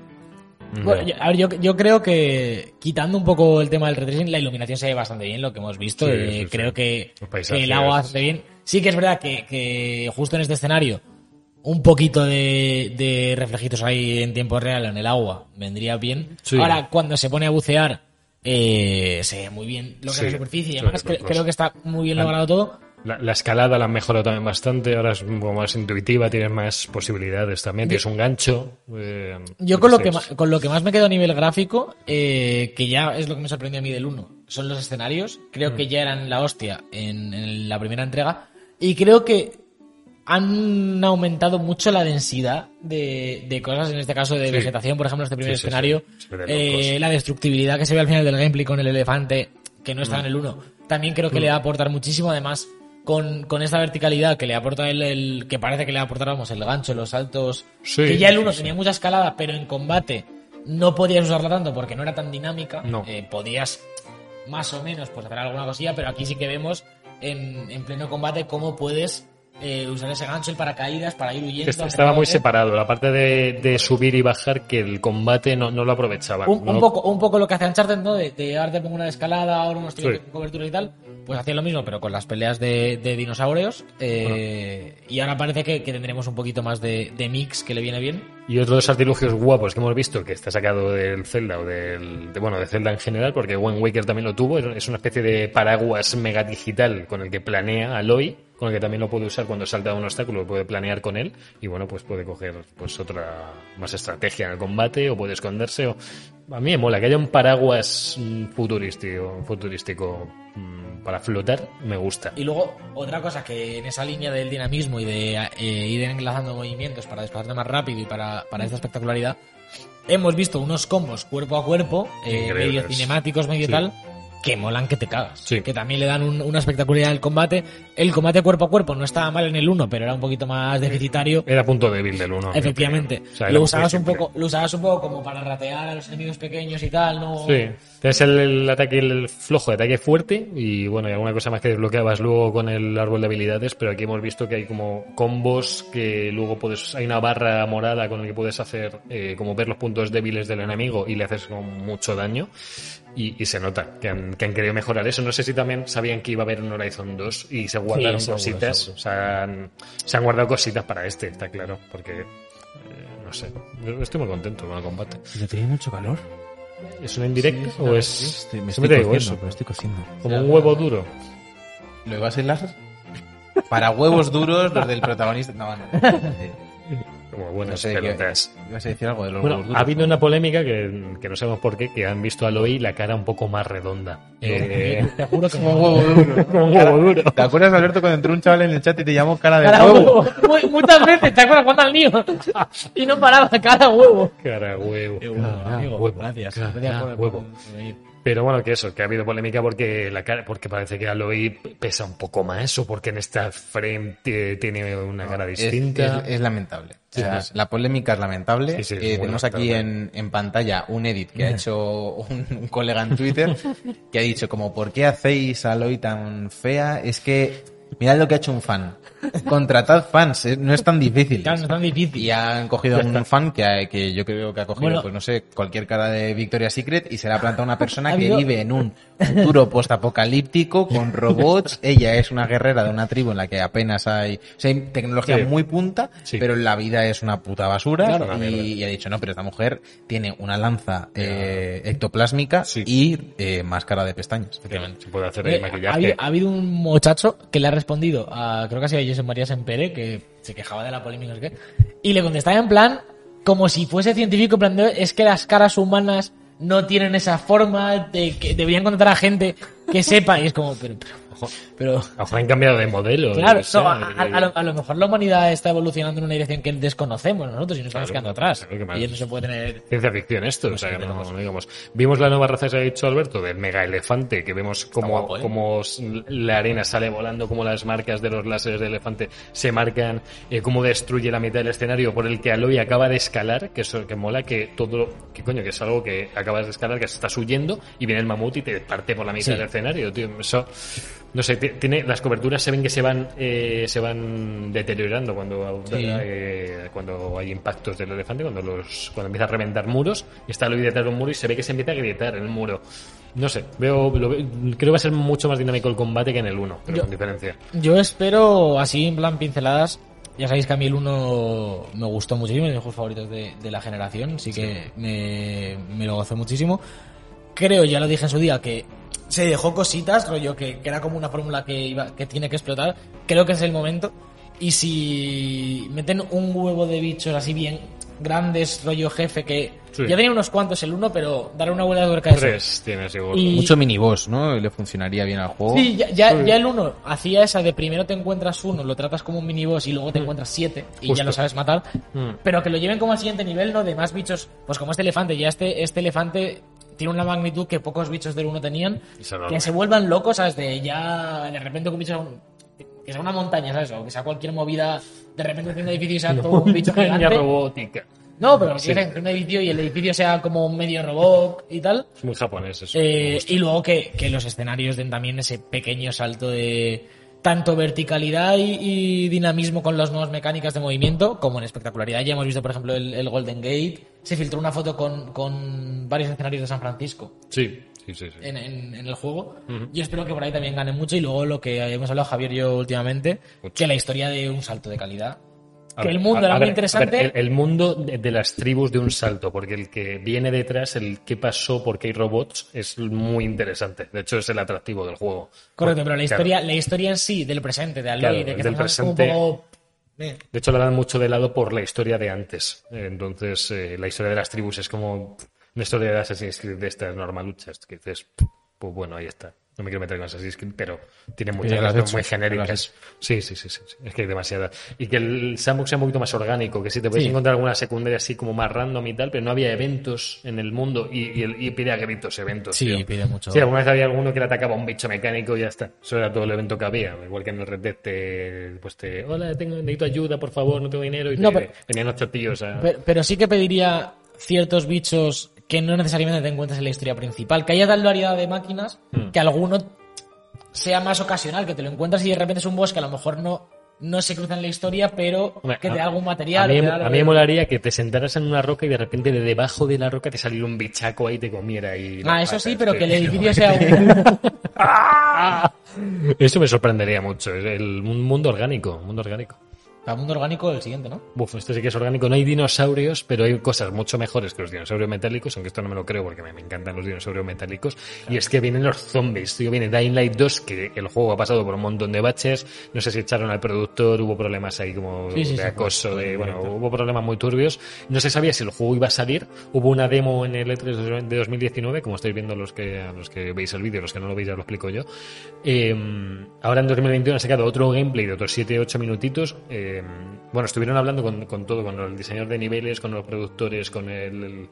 Bueno, Ya. yo, a ver, yo, yo creo que quitando un poco el tema del retracing, la iluminación se ve bastante bien, lo que hemos visto. Sí, eh, sí, sí. creo que, Los paisajes. que el agua bastante bien. Sí que es verdad que, que justo en este escenario, un poquito de, de reflejitos ahí en tiempo real en el agua vendría bien. Sí. Ahora, cuando se pone a bucear, eh, se ve muy bien lo que es Sí, la superficie y sí, demás. los Cre- dos. creo que está muy bien Han- logrado todo. La, la escalada la han mejorado también bastante, ahora es un poco más intuitiva, tienes más posibilidades también, tienes un gancho. eh, Yo con lo, sé. que ma- con lo que más me quedo a nivel gráfico, eh, que ya es lo que me sorprendió a mí del 1, son los escenarios. Creo Mm. que ya eran la hostia en, en la primera entrega. Y creo que han aumentado mucho la densidad de, de cosas, en este caso de Sí. vegetación, por ejemplo, este primer Sí, sí, sí. escenario. Se ve de Eh, locos. la destructibilidad que se ve al final del gameplay con el elefante, que no Mm. está en el 1, también creo que le va a aportar muchísimo. Además, con, con esa verticalidad que le aporta el, el- que parece que le aportábamos el gancho, los saltos. Sí, que ya el sí, 1 sí. tenía mucha escalada, pero en combate no podías usarla tanto porque no era tan dinámica. No. Eh, podías más o menos pues hacer alguna cosilla, pero aquí sí que vemos en, en pleno combate cómo puedes eh, usar ese gancho, el paracaídas, para ir huyendo. Est- hacer este Estaba muy combate. separado, la parte de, de subir y bajar que el combate no, no lo aprovechaba. un, no un lo- poco, un poco lo que hace Uncharted, ¿no? De, de ahora te pongo una de escalada, ahora unos tiros Sí. con cobertura y tal. Pues hacía lo mismo, pero con las peleas de, de dinosaurios. eh, Y ahora parece que, que tendremos un poquito más de, de mix que le viene bien. Y otro de los artilugios guapos que hemos visto, que está sacado del Zelda o del. de- bueno, de Zelda en general, porque Wind Waker también lo tuvo, es una especie de paraguas mega digital con el que planea Aloy, con el que también lo puede usar cuando salta de un obstáculo, puede planear con él, y bueno, pues puede coger pues otra más estrategia en el combate, o puede esconderse, o. A mí me mola que haya un paraguas mm, futurístico, futurístico mm, para flotar, me gusta. Y luego, otra cosa que en esa línea del dinamismo y de eh, ir enlazando movimientos para desplazarte más rápido y para, para esta espectacularidad, hemos visto unos combos cuerpo a cuerpo, eh, Increíbles. medio cinemáticos, medio Sí. tal, que molan que te cagas. Sí. Que también le dan un- una espectacularidad al combate. El combate cuerpo a cuerpo no estaba mal en el 1, pero era un poquito más deficitario. Era punto débil del uno. en mi Efectivamente. opinión. O sea, era lo, muy usabas un simple. poco, lo usabas un poco como para ratear a los enemigos pequeños y tal, ¿no? Sí, tienes el, el ataque el flojo, el ataque fuerte y bueno, y alguna cosa más que desbloqueabas luego con el árbol de habilidades, pero aquí hemos visto que hay como combos que luego puedes, hay una barra morada con la que puedes hacer eh, como ver los puntos débiles del enemigo y le haces como mucho daño y, y se nota que han, que han querido mejorar eso. No sé si también sabían que iba a haber un Horizon 2 y se guardaron seguro, cositas, seguro. o sea, han- se han guardado cositas para este, está claro, porque eh, no sé, yo estoy muy contento con el combate. Yo tenía mucho calor. ¿Es una indirecta Sí, o es.? Estoy- me estoy siempre te digo cociendo, eso. me estoy cociendo. Como un huevo duro. ¿Lo ibas a hilar? Para huevos duros, los del protagonista. No, no. no. Como buenas No sé de qué. pelotas. Ibas a decir algo de los Bueno, huevos duros. ha habido una polémica que, que no sabemos por qué, que han visto a Loi la cara un poco más redonda. Eh, Te juro que Como huevo duro. como un huevo duro. ¿Te acuerdas, Alberto, cuando entró un chaval en el chat y te llamó cara de Cara huevo? huevo. Muy- Muchas veces, ¿te acuerdas cuando al niño? Y no paraba, cada huevo. Cara huevo. Cara Eh, amigo, huevo. gracias. Cara Gracias por- huevo. Pero bueno, que eso, que ha habido polémica porque la cara, porque parece que Aloy pesa un poco más o porque en esta frame eh, tiene una cara Es- distinta. Es, es lamentable. Sí, O sea, sí. La polémica es lamentable. Sí, sí, es Eh, muy tenemos aquí en, en pantalla un edit que ha hecho un, un colega en Twitter que ha dicho como, ¿por qué hacéis a Loy tan fea? Es que, mirad lo que ha hecho un fan. Contratad fans, eh, no es tan difícil. Claro, no es tan difícil. Y han cogido a un fan que, ha- que yo creo que ha cogido, Bueno. pues no sé, cualquier cara de Victoria's Secret y se la ha plantado una Ha persona que habido- vive en un futuro postapocalíptico con robots. Ella es una guerrera de una tribu en la que apenas hay, o sea, hay tecnología Sí. muy punta, Sí. pero la vida es una puta basura. Claro, una y, mierda. y ha dicho, no, pero esta mujer tiene una lanza eh, ectoplásmica Sí. y eh, máscara de pestañas. Se puede hacer Oye, el Eh, ha, maquillaje. habido, ha habido un muchacho que le ha respondido a, creo que ha sido a Josep María Sempere, que se quejaba de la polémica, no sé qué, y le contestaba en plan, como si fuese científico, en plan, de, es que las caras humanas no tienen esa forma, de que deberían contratar a gente que sepa, y es como, pero, pero, pero- A lo mejor han cambiado de modelo. claro, yo qué sé, no, a, a- eh, a lo, a lo mejor la humanidad está evolucionando en una dirección que desconocemos nosotros y nos estamos Claro, quedando atrás, claro que mal. y eso se puede tener... ciencia ficción esto, o sea, que Pues sí, no, tenemos. no digamos. Vimos la nueva raza que ha dicho Alberto del mega elefante, que vemos como, guapo, ¿eh? como la arena sale volando, como las marcas de los láseres del elefante se marcan, eh, cómo destruye la mitad del escenario por el que Aloy acaba de escalar, que eso que mola, que todo, que coño, que es algo que acabas de escalar, que estás huyendo y viene el mamut y te parte por la mitad Sí. del escenario, tío. Eso, no sé, ti- tiene, las coberturas se ven que se van, eh, se van deteriorando cuando Sí. eh, cuando hay impactos del elefante, cuando los cuando empieza a reventar muros, y está Luis detrás de un muro y se ve que se empieza a grietar el muro. No sé, veo, lo ve- creo que va a ser mucho más dinámico el combate que en el 1, pero Yo- con diferencia. Yo espero, así en plan pinceladas, ya sabéis que a mí el 1 me gustó muchísimo, es de mis juegos favoritos de, de la generación, así que me, me lo gozó muchísimo. Creo, ya lo dije en su día, que se dejó cositas, rollo, que, que era como una fórmula que, iba, que tiene que explotar. Creo que es el momento. Y si meten un huevo de bichos así bien grandes, rollo jefe, que Sí. ya tenía unos cuantos el uno, pero dar una vuelta de tuerca a eso. Tres tienes igual. Y- Mucho miniboss, ¿no? Le funcionaría bien al Oh. juego. Sí, ya, ya, ya el uno hacía esa de primero te encuentras uno, lo tratas como un miniboss y luego te encuentras siete Mm. y Justo. ya lo sabes matar. Mm. Pero que lo lleven como al siguiente nivel, ¿no? De más bichos, pues como este elefante, ya este, este elefante tiene una magnitud que pocos bichos del uno tenían. Es enorme. Que se vuelvan locos, ¿sabes? De ya, de repente un bicho... Que sea una montaña, ¿sabes? O que sea cualquier movida, de repente tiene un edificio y sea todo un bicho Montaña gigante. robótica. No, pero si es un edificio y el edificio sea como medio robot y tal. Es muy japonés eso. Eh, y luego que, que los escenarios den también ese pequeño salto de tanto verticalidad y, y dinamismo con las nuevas mecánicas de movimiento, como en espectacularidad. Ya hemos visto, por ejemplo, el, el Golden Gate. Se filtró una foto con, con varios escenarios de San Francisco Sí, sí, sí. sí. en, en- en el juego. Ujú. Yo espero que por ahí también ganen mucho. Y luego lo que hemos hablado Javier y yo últimamente, Mucho. que la historia de un salto de calidad. A que ver, el mundo a- era a muy ver, interesante. a ver, el, el mundo de, de las tribus de un salto, porque el que viene detrás, el qué pasó, porque hay robots, es muy interesante. De hecho, es el atractivo del juego. Correcto, Porque, pero claro, la historia, la historia en sí, del presente, de Aloy, Claro, de que del estamos como un presente- poco, eh, de hecho, la dan mucho de lado por la historia de antes. Eh, Entonces, eh, la historia de las tribus es como pff, una historia de Assassin's Creed de estas normaluchas, que dices, pff, pues bueno, ahí está. No me quiero meter con Assassin's Creed, pero tiene Ya muchas lo has cosas muy hecho, ya lo has genéricas. Sí, sí, sí, sí, sí. Es que hay demasiada. Y que el sandbox sea un poquito más orgánico, que si te puedes Sí. encontrar alguna secundaria así como más random y tal, pero no había eventos en el mundo y, y, el- y pide a gritos eventos. Sí, tío. pide mucho. Sí, alguna vez había alguno que le atacaba a un bicho mecánico y ya está. Eso era todo el evento que había. Igual que en el Red Dead te, pues te, hola, tengo, necesito ayuda, por favor, no tengo dinero. Y No, te- pero- venían los chatillos a... Pero, pero sí que pediría ciertos bichos que no necesariamente te encuentras en la historia principal. Que haya tal variedad de máquinas Hmm. que alguno sea más ocasional, que te lo encuentras y de repente es un boss que a lo mejor no, no se cruza en la historia, pero Hombre, que te a- da algún material. A mí, que te da algo a mí de- me molaría que te sentaras en una roca y de repente de debajo de la roca te saliera un bichaco ahí y te comiera. Y Ah, eso sí, pero que el le edificio sea un... Ah, Eso me sorprendería mucho. Es el, un mundo orgánico, un mundo orgánico. Para mundo orgánico el siguiente, ¿no? Buf, este sí que es orgánico. No hay dinosaurios, pero hay cosas mucho mejores que los dinosaurios metálicos, aunque esto no me lo creo porque me, me encantan los dinosaurios metálicos. Y es que vienen los zombies, tío. Viene Dying Light 2, que el juego ha pasado por un montón de baches. No sé si echaron al productor, hubo problemas ahí como Sí, sí, de sí, acoso, de, bueno, hubo problemas muy turbios. No se sabía si el juego iba a salir. Hubo una demo en el E3 de 2019, como estáis viendo los que, a los que veis el vídeo, los que no lo veis ya lo explico yo. Eh, ahora en 2021 han sacado otro gameplay de otros 7-8 minutitos. Eh, bueno, estuvieron hablando con, con todo, con el diseñador de niveles, con los productores, con el... el-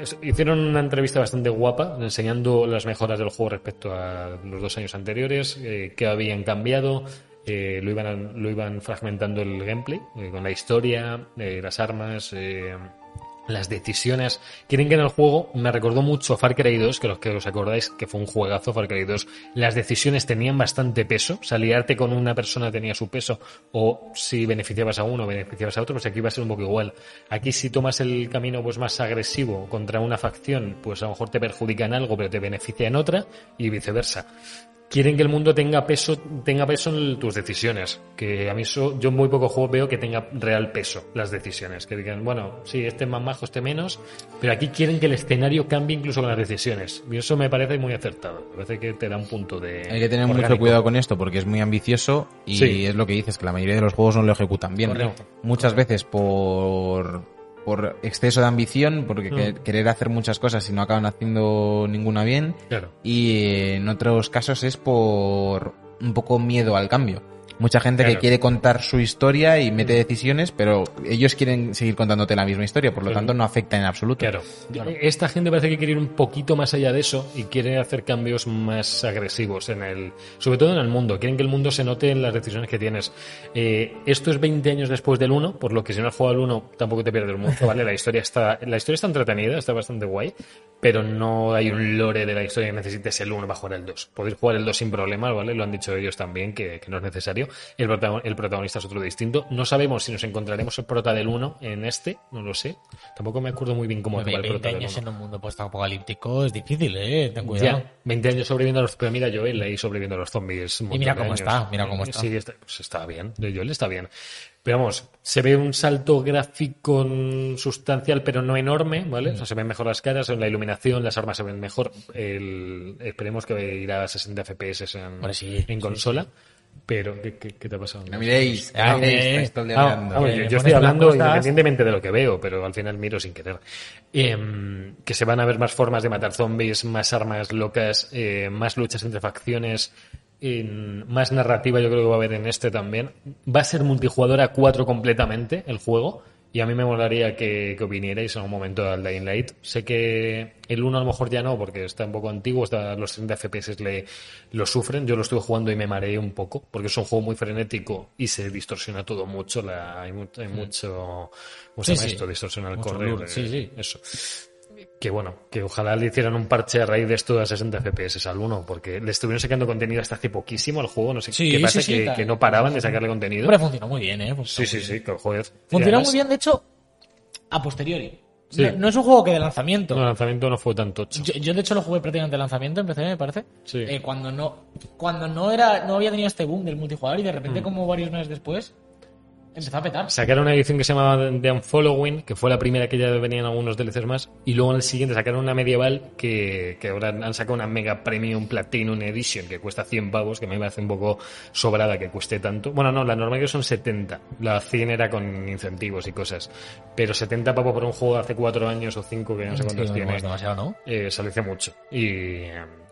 es- Hicieron una entrevista bastante guapa enseñando las mejoras del juego respecto a los dos años anteriores, eh, qué habían cambiado, eh, lo, iban, lo iban fragmentando el gameplay, eh, con la historia, eh, las armas, eh, las decisiones. Quieren que en el juego me recordó mucho a Far Cry 2, que los que os acordáis que fue un juegazo Far Cry 2, las decisiones tenían bastante peso, o sea, liarte con una persona tenía su peso, o si beneficiabas a uno, beneficiabas a otro, pues aquí va a ser un poco igual. Aquí si tomas el camino pues más agresivo contra una facción, pues a lo mejor te perjudica en algo, pero te beneficia en otra, y viceversa quieren que el mundo tenga peso, tenga peso en tus decisiones. Que a mí eso, yo en muy pocos juegos veo que tenga real peso las decisiones. Que digan, bueno, sí, este es más majo, este menos, pero aquí quieren que el escenario cambie incluso con las decisiones. Y eso me parece muy acertado. Me parece que te da un punto de. Hay que tener mucho orgánico. cuidado con esto porque es muy ambicioso y Sí. es lo que dices, que la mayoría de los juegos no lo ejecutan bien. Correcto. Muchas veces por, por exceso de ambición, porque Mm. que- querer hacer muchas cosas y no acaban haciendo ninguna bien. Claro. Y eh, en otros casos es por un poco miedo al cambio. Mucha gente que Claro. Mm. quiere contar su historia y mete decisiones, pero ellos quieren seguir contándote la misma historia, por lo Claro. tanto no afecta en absoluto. Mm. Claro. Eh, Esta gente parece que quiere ir un poquito más allá de eso y quiere hacer cambios más agresivos en el, sobre todo en el mundo. Quieren que el mundo se note en las decisiones que tienes. Eh, esto es 20 años después del 1, por lo que si no has jugado al 1 tampoco te pierdes mucho, ¿vale? La historia está, la historia está entretenida, está bastante guay, pero no hay un lore de la historia que necesites el 1 para jugar el 2. Podéis jugar el 2 sin problemas, ¿vale? Lo han dicho ellos también, que, que no es necesario. El, protagon- el protagonista es otro distinto. No sabemos si nos encontraremos el prota del 1 en este, no lo sé. Tampoco me acuerdo muy bien cómo acaba el 20 prota del años 1. en un mundo post-apocalíptico es difícil, ¿eh? Ten cuidado. Ya, 20 años sobreviviendo a los... Pero mira Joel ahí sobreviviendo a los zombies. un Y mira montón de cómo años. está, mira cómo está. Sí, está, pues está bien. De Joel está bien. Pero vamos, se ve un salto gráfico sustancial, pero no enorme, ¿vale? O sea, se ven mejor las caras, la iluminación, las armas se ven mejor. El, esperemos que irá a 60 FPS en, Hombre, sí, en consola. Pero, ¿qué, qué, qué te ha pasado? No miréis, Ah, no miréis, eh, me estoy Ah, hablando. ah, bueno, Eh, yo- yo, pones estoy unas hablando cosas- independientemente de lo que veo, pero al final miro sin querer. Em, que se van a ver más formas de matar zombies, más armas locas, eh, más luchas entre facciones, en- más narrativa yo creo que va a haber en este también. Va a ser multijugador a cuatro completamente el juego. Y a mí me molaría que, que vinierais en algún momento al Dying Light. Sé que el 1 a lo mejor ya no, porque está un poco antiguo, está, los 30 FPS le, lo sufren. Yo lo estuve jugando y me mareé un poco, porque es un juego muy frenético y se distorsiona todo mucho. la- hay, mu- hay mucho. ¿Cómo se Sí, llama sí. esto? Distorsiona el Mucho correo. blur, sí, sí. Eso. Que bueno, que ojalá le hicieran un parche a raíz de esto a 60 FPS al 1, porque le estuvieron sacando contenido hasta hace poquísimo al juego. No sé Sí, qué sí, pasa, sí, que, tal. que no paraban de sacarle contenido. Hombre, funcionó muy bien, ¿eh? Sí, Funcionó sí, muy bien. sí, que joder. Funcionó Además, muy bien, de hecho, a posteriori. Sí. No, no es un juego que de lanzamiento. No, el lanzamiento no fue tan tocho. Yo, yo, de hecho lo jugué prácticamente de lanzamiento, empecé, me parece. Sí. Eh, cuando no cuando no era no había tenido este boom del multijugador y de repente Mm. como varios meses después empezó a petar. Sacaron una edición que se llamaba The Unfollowing, que fue la primera que ya venían algunos DLCs más, y luego en el siguiente sacaron una medieval que, que ahora han sacado una Mega Premium Platinum Edition que cuesta 100 pavos, que me parece un poco sobrada que cueste tanto. Bueno, no, la normal que son 70, la 100 era con incentivos y cosas, pero 70 pavos por un juego de hace 4 años o 5 que no sé cuántos Sí, tiene, es demasiado, ¿no? eh, se aprecia mucho. Y,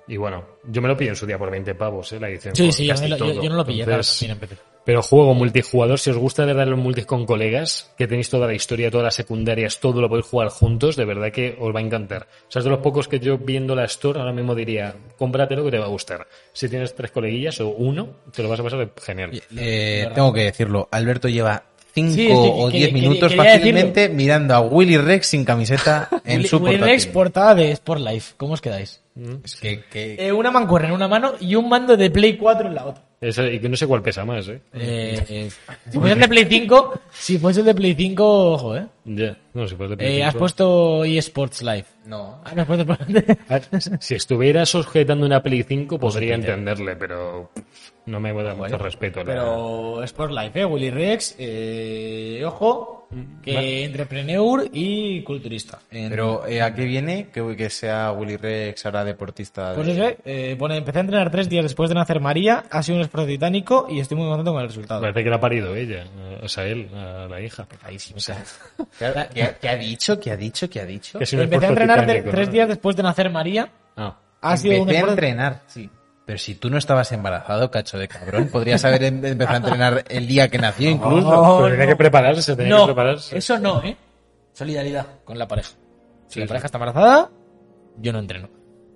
y bueno, yo me lo pillé en su día por 20 pavos, eh, la edición. Sí, con sí, yo, casi me lo- yo- todo. yo no lo pillé, Entonces, claro, también empecé. pero juego multijugador, si os gusta de darle un multi con colegas, que tenéis toda la historia, todas las secundarias, todo lo podéis jugar juntos, de verdad que os va a encantar. O sea, es de los pocos que yo viendo la Store ahora mismo diría, cómpratelo que te va a gustar. Si tienes tres coleguillas o uno, te lo vas a pasar genial. Eh, tengo que decirlo, Alberto lleva 5 Sí, es que o quería- 10 quería- minutos quería fácilmente mirando a Willy Rex sin camiseta en Willy- su Willy portátil. Rex portada de Sport Life, ¿cómo os quedáis? Es que, que- Eh, una mancuerna en una mano y un mando de Play 4 en la otra. Eso, y que no sé cuál pesa más, ¿eh? Eh, eh, si fuese el de Play 5, si fuese el de Play 5, ojo, eh. Ya, no, si puedes Eh, has puesto eSports Live. No. Ah, no has puesto el- Si estuviera sujetando una Play 5 Pues podría entenderle, pero pff, no me voy a dar mucho respeto. la- Ah, Pero Sport Life, ¿eh? Willy Rex, eh, ojo, que vale. entrepreneur y culturista. En- Pero eh, ¿a qué viene que, que sea Willy Rex ahora deportista? de- Pues eso, eh, eh, pone, empecé a entrenar tres días después de nacer María, ha sido un esfuerzo titánico y estoy muy contento con el resultado. Parece que la ha parido ella, eh, o sea, él, a la hija. Petadísimo, claro. ¿Qué, ha- qué ha- qué ha dicho? ¿Qué ha dicho? ¿Qué ha dicho? Que es un Empecé a esfuerzo entrenar titánico, tres ¿no? días después de nacer María, Ah. ha sido un Empecé a esfuerzo... entrenar, sí. Pero si tú no estabas embarazado, cacho de cabrón, podrías haber em- empezado a entrenar el día que nació incluso. Oh, Pero tenía no. que prepararse, se tenía No, que prepararse. eso no, ¿eh? Solidaridad con la pareja. Si Sí, la sí. pareja está embarazada, yo no entreno.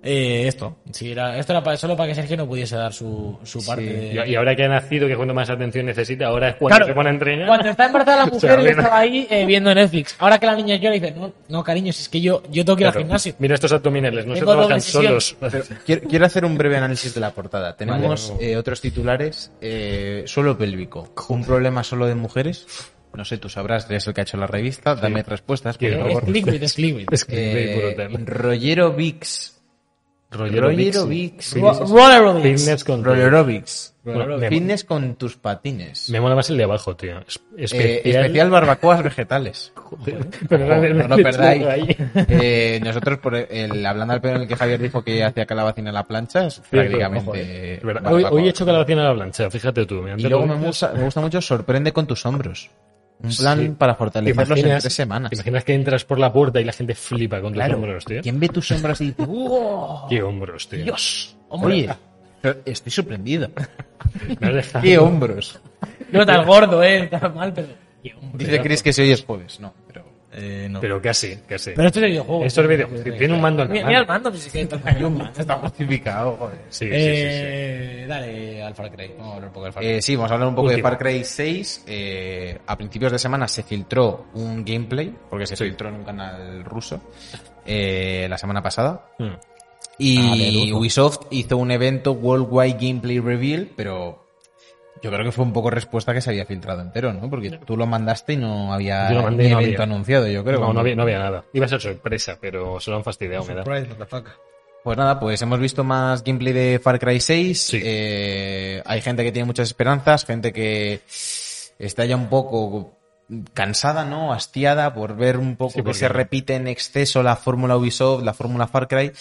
Eh, esto. Si era, esto era para- solo para que Sergio no pudiese dar su, su parte. de- Y, y ahora que ha nacido, que es cuando más atención necesita, ahora es cuando Claro, se pone a entrenar. Cuando está embarazada la Se va mujer, él bien. estaba ahí eh, viendo Netflix. Ahora que la niña llora, dice, no, no cariño, si es que yo, yo tengo que ir Claro. al gimnasio. Mira estos abdominales, no se Tengo doble trabajan sesión. solos. Quiero, quiero hacer un breve análisis de la portada. Tenemos Vale. eh, otros titulares. Eh, suelo pélvico. Un problema solo de mujeres. No sé, tú sabrás, eres el que ha hecho la revista. Dame respuestas, por Quiero. favor. Es liquid, es liquid. Es que Eh, puro tema. Rollero Vix. Rollero Bixi. Vix. Ro- Roller aerobics. Fitness con Rollero Vix. Rollero Vix. Fitness con tus patines. Me mola más el de abajo, tío. Es- Eh, Especial. especial barbacoas vegetales. Ojo, no lo perdáis. Eh, nosotros, por el, hablando al pelo en el que Javier dijo que hacía calabacín en la plancha, es prácticamente. Ojo, eh. Es verdad. Hoy, barbacoa. hoy he hecho calabacín a la plancha, fíjate tú. me han Y luego me dado- gusta, me gusta mucho sorprende con tus hombros. Un Sí. plan para ¿Te fortalecerlos en imaginas, tres semanas. te imaginas que entras por la puerta y la gente flipa con tus Claro. hombros, tío? ¿Quién ve tus hombros y dice, ¡Wow! ¿Qué hombros, tío? ¡Dios! Hombre. Oye, estoy sorprendido. Me has dejado- ¡Qué hombros! No tan gordo, eh, tan mal, pero... Dice Chris que si hoy es jueves. No, pero... Eh, no. Pero, Pero casi, casi. esto es de videojuego. Esto es videojuego. Tiene un mando en la Mira, mano. mira el mando, pues, es que hay un mando. Está justificado, joder. Sí, sí, sí, sí. Eh, Dale al Far Cry. Vamos a hablar un poco del Far Cry. Eh, sí, vamos a hablar un poco Última. de Far Cry 6. Eh, a principios de semana se filtró un gameplay, porque se filtró en un canal ruso eh, la semana pasada. Mm. Y Ubisoft hizo un evento Worldwide Gameplay Reveal, pero yo creo que fue un poco respuesta que se había filtrado entero, ¿no? Porque tú lo mandaste y no había Yo lo mandé y ni no evento había. anunciado, yo creo. no, no había, no había nada. Iba a ser sorpresa, pero se lo han fastidiado, me da. Pues nada, pues hemos visto más gameplay de Far Cry 6. Sí. Eh, hay gente que tiene muchas esperanzas, gente que está ya un poco cansada, ¿no? Hastiada por ver un poco Sí, que porque- se repite en exceso la fórmula Ubisoft, la fórmula Far Cry.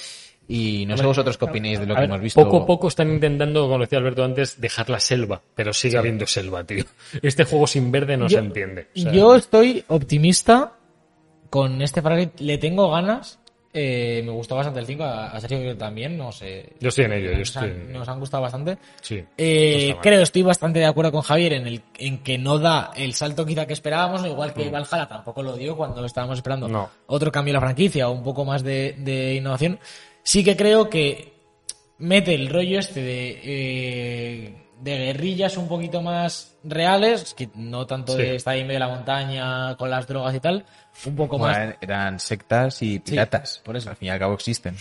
Y no sé Hombre, vosotros qué opináis de lo A que ver, hemos visto. Poco a poco están intentando, como decía Alberto antes, dejar la selva, pero sigue habiendo selva, tío. Este juego sin verde no Yo- se entiende. O sea, Yo estoy optimista con este Far Cry. Le tengo ganas. Eh, me gustó bastante el 5. A, a Sergio creo que también, no sé. Yo estoy en ello, yo Nos estoy han- en- Nos han gustado bastante. sí, no Eh, está mal. creo, estoy bastante de acuerdo con Javier en, el, en que no da el salto quizá que esperábamos, igual que Valhalla tampoco lo dio cuando estábamos esperando Mm. No. otro cambio en la franquicia o un poco más de, de innovación. Sí que creo que mete el rollo este de, eh, de guerrillas un poquito más reales, que no tanto Sí. de estar ahí en medio de la montaña con las drogas y tal, un poco Bueno, más eran- eran sectas y piratas, por eso al fin y al cabo existen.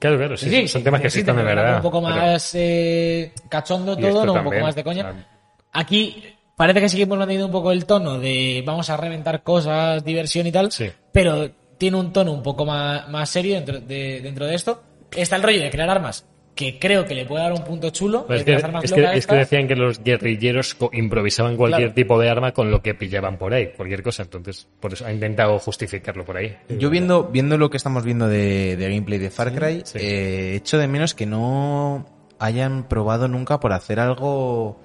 Claro, claro, sí, Sí, son sí, temas que sí, existen de pero verdad. Un poco pero- más eh, cachondo y esto todo, ¿no? Un también, poco más de coña. o sea, Aquí parece que sí que hemos mantenido un poco el tono de vamos a reventar cosas, diversión y tal, Sí. pero tiene un tono un poco más, más serio dentro de, dentro de esto. Está el rollo de crear armas, que creo que le puede dar un punto chulo. Pero es de que, las armas es que- locas es que estas. decían que los guerrilleros co- improvisaban cualquier Claro. tipo de arma con lo que pillaban por ahí, cualquier cosa. Entonces, por eso ha intentado justificarlo por ahí. Yo viendo, viendo lo que estamos viendo de, de gameplay de Far Cry, sí. eh, echo de menos que no hayan probado nunca por hacer algo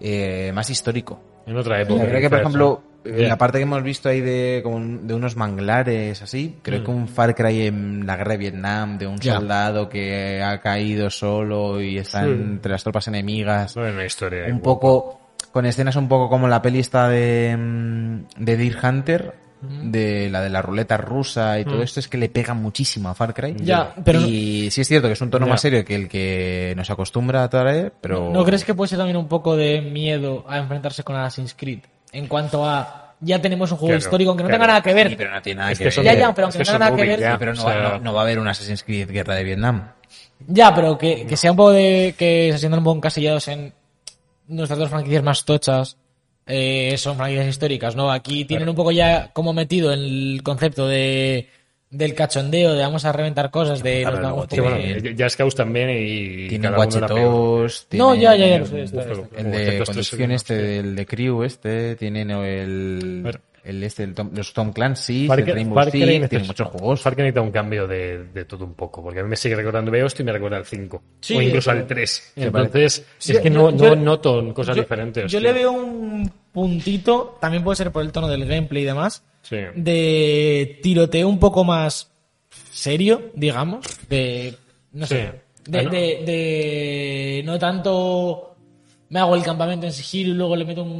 eh, más histórico. En otra La época. verdad que, por quizás, ejemplo, ¿no? eh, Ya. la parte que hemos visto ahí de, como un- de unos manglares, así, creo que un Far Cry en la guerra de Vietnam, de un Ya. soldado que ha caído solo y está Sí. entre las tropas enemigas, No hay una historia. un igual. poco, con escenas un poco como la peli esta de, mm, de Deer Hunter, de la de la ruleta rusa y todo esto, es que le pega muchísimo a Far Cry. Mm. Ya, pero- Y sí es cierto que es un tono Ya. más serio que el que nos acostumbra a traer, pero... ¿No crees que puede ser también un poco de miedo a enfrentarse con Assassin's Creed? En cuanto a ya tenemos un juego Claro, histórico, aunque no claro. tenga nada que ver. Sí, pero no tiene nada Es que que son ver. Ya, de- ya, pero es aunque no son tenga nada que móviles, ver, ya, pero no, o sea, va, no- no va a haber un Assassin's Creed Guerra de Vietnam. Ya, pero que, que sea un poco de que se sientan un poco encasillados en nuestras dos franquicias más tochas. eh, son franquicias históricas, ¿no? Aquí tienen un poco ya como metido el concepto de del cachondeo, de vamos a reventar cosas, de nos Ah, pero damos luego un Sí, poco bueno, de- ya- ya es Caus también y. Tiene cada uno la peor. guachetos, tiene No, ya, ya, ya lo sé, está- está Búfalo. claro. El de Guachetos, tres conducción segundos, este, sí. del de Crew este, tienen A el... ver. El este, el Tom- los Tom Clancy, Far el Cry- Rainbow Far Cry Six, neces- este tienen muchos juegos. Far Cry necesita un cambio de, de todo un poco, porque a mí me sigue recordando, veo esto y me recuerda al 5, Sí, o incluso eso. al 3. Sí, Entonces, Sí, es que yo- no, yo- no noto cosas Yo- diferentes. Yo tío. le veo un puntito, también puede ser por el tono del gameplay y demás, Sí. de tiroteo un poco más serio, digamos, de no Sí. sé, de, Ah, no. de- de no tanto me hago el campamento en sigilo y luego le meto un,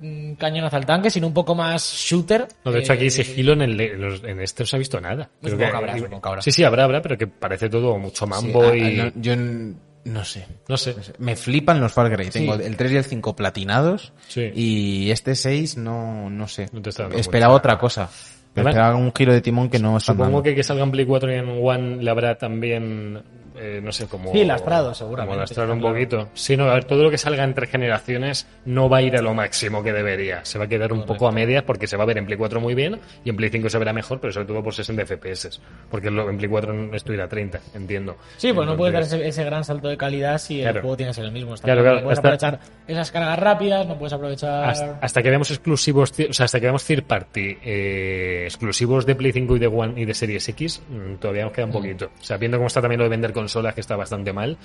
un cañonazo al tanque, sino un poco más shooter. No, de hecho, eh, aquí sigilo en, el, en, los- en este no se ha visto nada. Creo Pues supongo que- que habrá, supongo que habrá. Sí, sí, habrá, habrá, pero que parece todo mucho Sí, mambo ah, y. ah, no, yo n- no sé. no sé. Me flipan los Far Cry. Tengo Sí. el 3 y el 5 platinados. Sí. Y este 6 no, no sé. No te está dando Esperaba mucha- otra cosa. Además, Esperaba un giro de timón que no están Supongo dando. que que salga en Play 4 y en One le habrá también, eh, no sé, como... Sí, lastrado, seguramente, Como lastrado un está poquito. Sí, no, a ver, todo lo que salga entre generaciones no va a ir a lo máximo que debería. Se va a quedar un poco a medias porque se va a ver en Play 4 muy bien y en Play 5 se verá mejor, pero sobre todo por 60 FPS. Porque lo- en Play 4 estuviera a 30, entiendo. Sí, pues no Entonces, puedes dar ese, ese gran salto de calidad si Claro. el juego tiene que ser el mismo. Está Claro, claro, claro, no puedes hasta- aprovechar esas cargas rápidas, no puedes aprovechar... Hasta, hasta que veamos exclusivos, ti- o sea, hasta que veamos third party eh, exclusivos de Play 5 y de One y de Series X, mm, todavía nos queda un poquito. O sea, viendo cómo está también lo de vender consolas, que está bastante mal,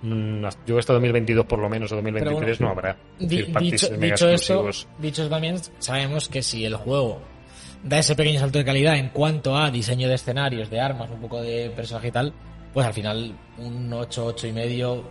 mm, hasta- yo hasta 2022 por lo menos, o 2023 Pero no habrá Di- third parties dicho, mega dicho esto, exclusivos. dicho esto también, sabemos que si el juego da ese pequeño salto de calidad en cuanto a diseño de escenarios, de armas, un poco de personaje y tal, pues al final un 8, 8 y medio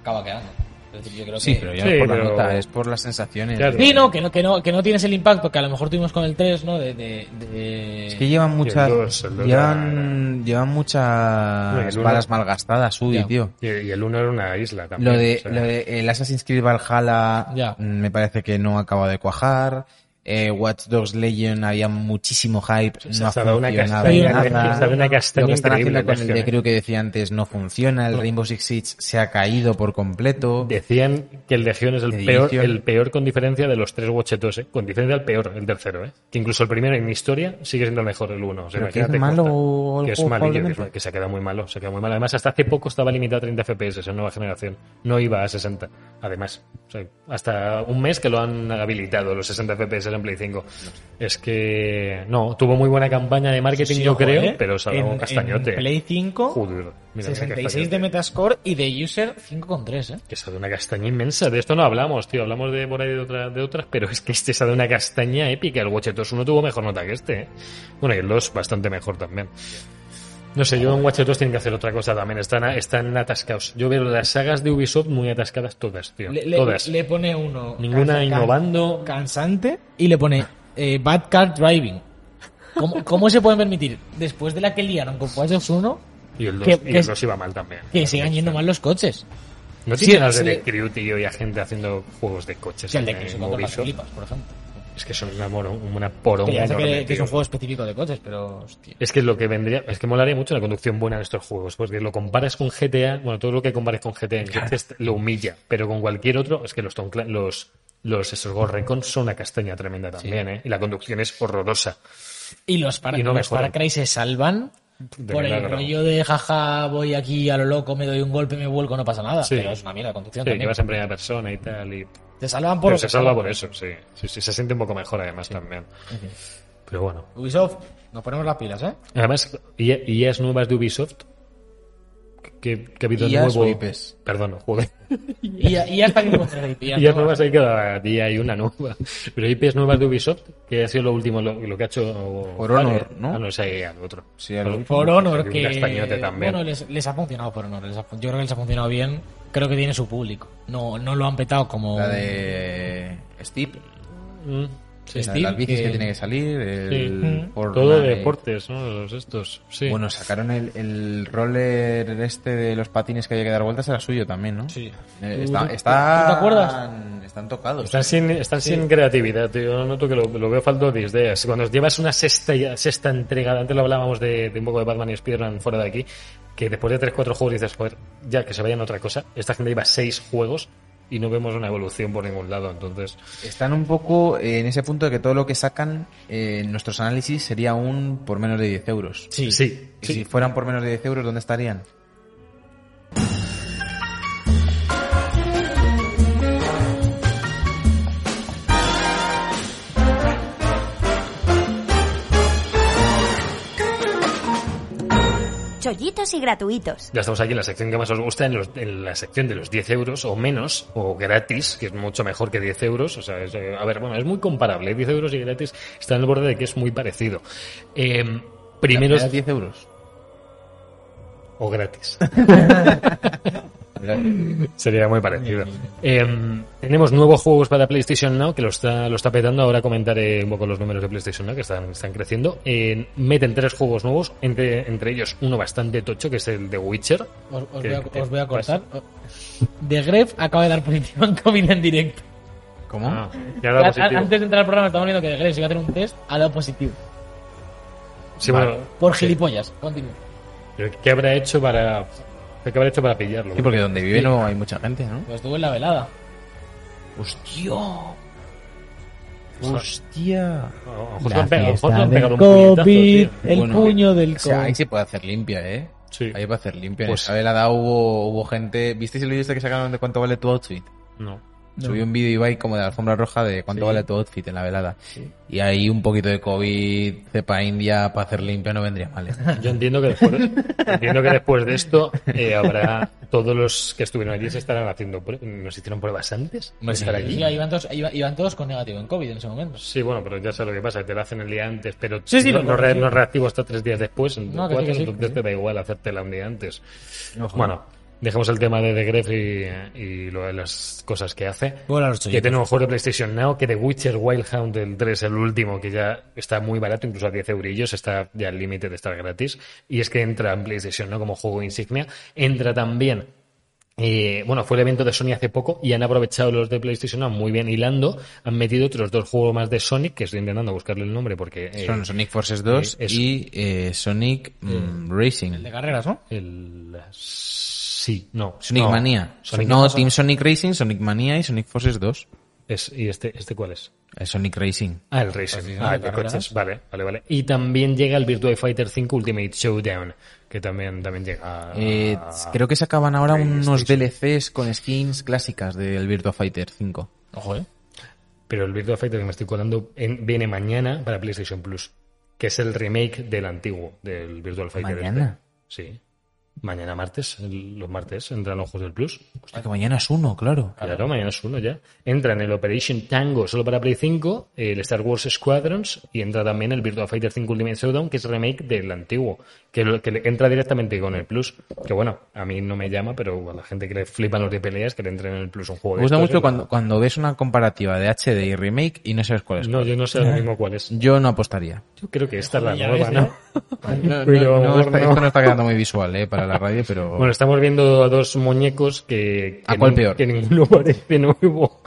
acaba quedando. Es decir, yo creo Sí, que... pero ya Sí, no es por la pero- nota, es por las sensaciones. Claro. Sí, no, que no, que no, que no tienes el impacto que a lo mejor tuvimos con el 3, ¿no? De, de- de- Es que llevan muchas. dos, el dos llevan, llevan No, y el muchas uno- balas malgastadas, uy, Ya. tío. Y, y el uno era una isla también. Lo de, o sea, lo de el Assassin's Creed Valhalla Ya. mm, me parece que no acaba de cuajar. eh, Watch Dogs Legion había muchísimo hype, Se no ha dado una funcionaba castaña, nada. se ha dado una castaña Lo que están increíble, haciendo con el Legion, de eh. creo que decía antes no funciona, el Rainbow Six Siege se ha caído por completo. Decían que el Legión es el Edición. peor, el peor con diferencia de los tres Watchetos, ¿eh? Con diferencia al peor, el tercero, ¿eh? Que incluso el primero en historia sigue siendo el mejor, el uno. O sea, Pero que imagínate es malo cómo está. el Que es juego, malillo, que, es- probablemente. que se ha quedado muy malo, se ha quedado muy malo. Además, hasta hace poco estaba limitado a 30 FPS en nueva generación. No iba a 60. Además, o sea, hasta un mes que lo han habilitado, los 60 FPS en Play 5. Es que, no, tuvo muy buena campaña de marketing, Sí, yo ojo, creo, ¿eh? pero se ha dado En- en castañote. Play 5, Joder, mira, mira qué 66 castañote. de Metascore y de User 5,3, ¿eh? Que se ha dado una castaña inmensa. De esto no hablamos, tío. Hablamos de por ahí de, otra- de otras, pero es que este se ha dado una castaña épica. El Watcher 2 1 tuvo mejor nota que este. ¿eh? Bueno, y el 2 bastante mejor también. No sé, yo en Watcher 2 tienen que hacer otra cosa también. Están, están atascados. Yo veo las sagas de Ubisoft muy atascadas todas, tío. Le, le- todas. le pone uno. Ninguna cansa- innovando. Cansante. Y le pone eh, Bad Car Driving. ¿Cómo, ¿Cómo se pueden permitir, después de la que liaron con Watch Dogs 1, y el 2, que- y el que- 2 iba mal también. que sigan yendo mal los coches? No Sí, tienen las sí. de The Crew, tío, y a gente haciendo juegos de O coches. sea, el de en que se controlan las Ubisoft. flipas, por ejemplo. Es que son una, moro- una poronga Que ya sé que- enorme, que es un tío. juego específico de coches, pero. hostia. Es que es lo que vendría, es que molaría mucho la conducción buena de estos juegos, porque lo comparas con GTA, bueno, todo lo que compares con GTA, entonces lo humilla, pero con cualquier otro, es que los Tom Clancy- los, los esos Ghost Recon son una castaña tremenda también, ¿eh? Y la conducción es horrorosa. Y los, para, Y no los mejoran. Far Cry se salvan De por el milagro. rollo de jaja, voy aquí a lo loco, me doy un golpe, me vuelco, no pasa nada. Sí. Pero es una mierda de conducción Sí, que también. vas en primera persona y tal, y... Te salvan por. Pero lo se que salva salvan. por eso, sí. Sí, sí, se siente un poco mejor además también. Pero bueno. Ubisoft, nos ponemos las pilas, ¿eh? Además, IA- IAs nuevas de Ubisoft, que, que ha habido IAs o nuevo... IPs. Perdón, joder. Y, y hasta que encuentres el ¿eh? Y ya nuevas hay cada día hay una nueva. Pero hay IPs nuevas de Ubisoft, que ha sido lo último, lo, lo que ha hecho. Por Valve. Honor, ¿no? Ah, no, ese es otro. Sí, el Por- último. Por Honor, Un que. castañote también. Bueno, les, les ha funcionado por Honor. les ha fun- yo creo que les ha funcionado bien. Creo que tiene su público. No, no lo han petado como. La de Steve, Mm, sí. la de las Steve, bicis que... que- tiene que salir, el Sí. Fortnite. Todo de deportes, ¿no? Los estos. Sí. Bueno, sacaron el, el roller este de los patines que había que dar vueltas, era suyo también, ¿no? Sí. Eh, Está, ¿Tú- está- tú te acuerdas? Están, están tocados. Están sin, están sin creatividad, tío. Yo noto que lo, lo veo falto de ideas. Cuando llevas una sexta, sexta entrega, antes lo hablábamos de, de un poco de Batman y Spider-Man fuera de aquí, que después de 3-4 juegos dices, joder, ya que se vayan a otra cosa. Esta gente lleva 6 juegos y no vemos una evolución por ningún lado, entonces. Están un poco eh, en ese punto de que todo lo que sacan eh, en nuestros análisis sería un por menos de 10 euros. Sí. Sí, Y Si fueran por menos de 10 euros, ¿dónde estarían? Chollitos y gratuitos. Ya estamos aquí en la sección que más os gusta, en, los- en la sección de los 10 euros o menos, o gratis, que es mucho mejor que 10 euros. O sea, es, eh, a ver, bueno, es muy comparable. 10 euros y gratis está en el borde de que es muy parecido. Eh, primero ¿Era 10 euros. o gratis. Sería muy parecido. Eh, tenemos nuevos juegos para PlayStation Now que lo está, lo está petando. Ahora comentaré un poco los números de PlayStation Now que están, están creciendo. Eh, meten tres juegos nuevos, entre, entre ellos uno bastante tocho, que es el de Witcher. Os, os Que- voy, a, os voy a pues- cortar. De Gref acaba de dar positivo en COVID en directo. ¿Cómo? Ah, ya da A- a- positivo. Antes de entrar al programa estamos viendo que De Gref se iba a hacer un test, ha dado positivo. Sí, Vale. bueno, Por gilipollas. Continúo. Pero ¿Qué habrá hecho para qué habrá hecho para pillarlo? Sí, porque donde vive no hay mucha gente, ¿no? Pues estuvo en la velada. ¡Hostia! ¡Hostia! A Pues lo mejor le han pegado- a lo mejor le han pegado un COVID, puñetazo, tío. el Bueno, puño del O sea, ahí COVID. se puede hacer limpia, ¿eh? Sí. Ahí puede hacer limpia. Pues- Pues, en Isabelada hubo, hubo gente... ¿Visteis el vídeo este que sacaron de cuánto vale tu outfit? No. Subí un vídeo Ibai como de la alfombra roja de cuánto Sí. vale tu outfit en la velada. Y ahí un poquito de COVID, cepa india, para hacer limpia no vendría mal. ¿eh? Yo entiendo que después, entiendo que después de esto eh, habrá todos los que estuvieron allí se estarán haciendo prue- nos hicieron pruebas antes de Hombre, sí, estar Sí, allí. iba- iban, todos, iba- iban todos con negativo en COVID en ese momento. Sí, bueno, pero ya sabes lo que pasa, te la hacen el día antes, pero Sí, sí, no, lo no re- conozco. no reactivo hasta tres días después, en No, que cuatro, sí, que sí, que entonces sí. te da igual hacértela un día antes. Bueno, dejemos el tema de The Gref y, y lo de las cosas que hace. Bueno, los Que tenemos juego de PlayStation Now, que The Witcher Wild Hunt el 3, el último, que ya está muy barato, incluso a 10 eurillos, está ya al límite de estar gratis. Y es que entra en PlayStation Now como juego insignia. Entra también Eh, bueno, fue el evento de Sony hace poco y han aprovechado los de PlayStation ah, muy bien hilando. Han metido otros dos juegos más de Sonic, que estoy intentando buscarle el nombre porque eh, Son Sonic Forces 2 eh, eso. y eh, Sonic mm, El de Racing. carreras, ¿no? el... Sí, no. Sonic no. Mania. Sonic- no, Team Sonic Racing, Sonic Mania y Sonic Forces 2. Es- ¿Y este, este cuál es? Eh, Sonic Racing. Ah, el Racing. sí, ah, de el de carreras. coches. Vale, vale, vale. Y también llega el Virtua Fighter 5 Ultimate Showdown, que también, también llega. a- Eh, creo que se acaban ahora PlayStation. unos DLCs con skins clásicas del Virtua Fighter 5. Ojo, eh. Pero el Virtua Fighter que me estoy colando en- viene mañana para PlayStation Plus, que es el remake del antiguo, del Virtual Fighter. ¿Mañana? este. Sí. Mañana martes, el- los martes, entran los juegos del Plus. Hostia, que mañana es uno, claro. Claro, mañana es uno ya. Entra en el Operation Tango solo para Play 5, el Star Wars Squadrons y entra también el Virtua Fighter 5 Ultimate Showdown, que es remake del antiguo, que, lo- que le- entra directamente con el Plus. Que bueno, a mí no me llama, pero a la gente que le flipan los de peleas, que le entren en el Plus un juego Me gusta de estos, mucho es- cuando, cuando ves una comparativa de HD y remake y no sabes cuál es. No, yo no sé ahora mismo cuál es. Yo no apostaría. Yo creo que esta es la Ya nueva, ves, ¿no? No, Pero, no, no, bueno. está- esto no está quedando muy visual eh, para la radio, pero... Bueno, estamos viendo a dos muñecos que, que, ¿A cuál nin- peor? que ninguno parece nuevo.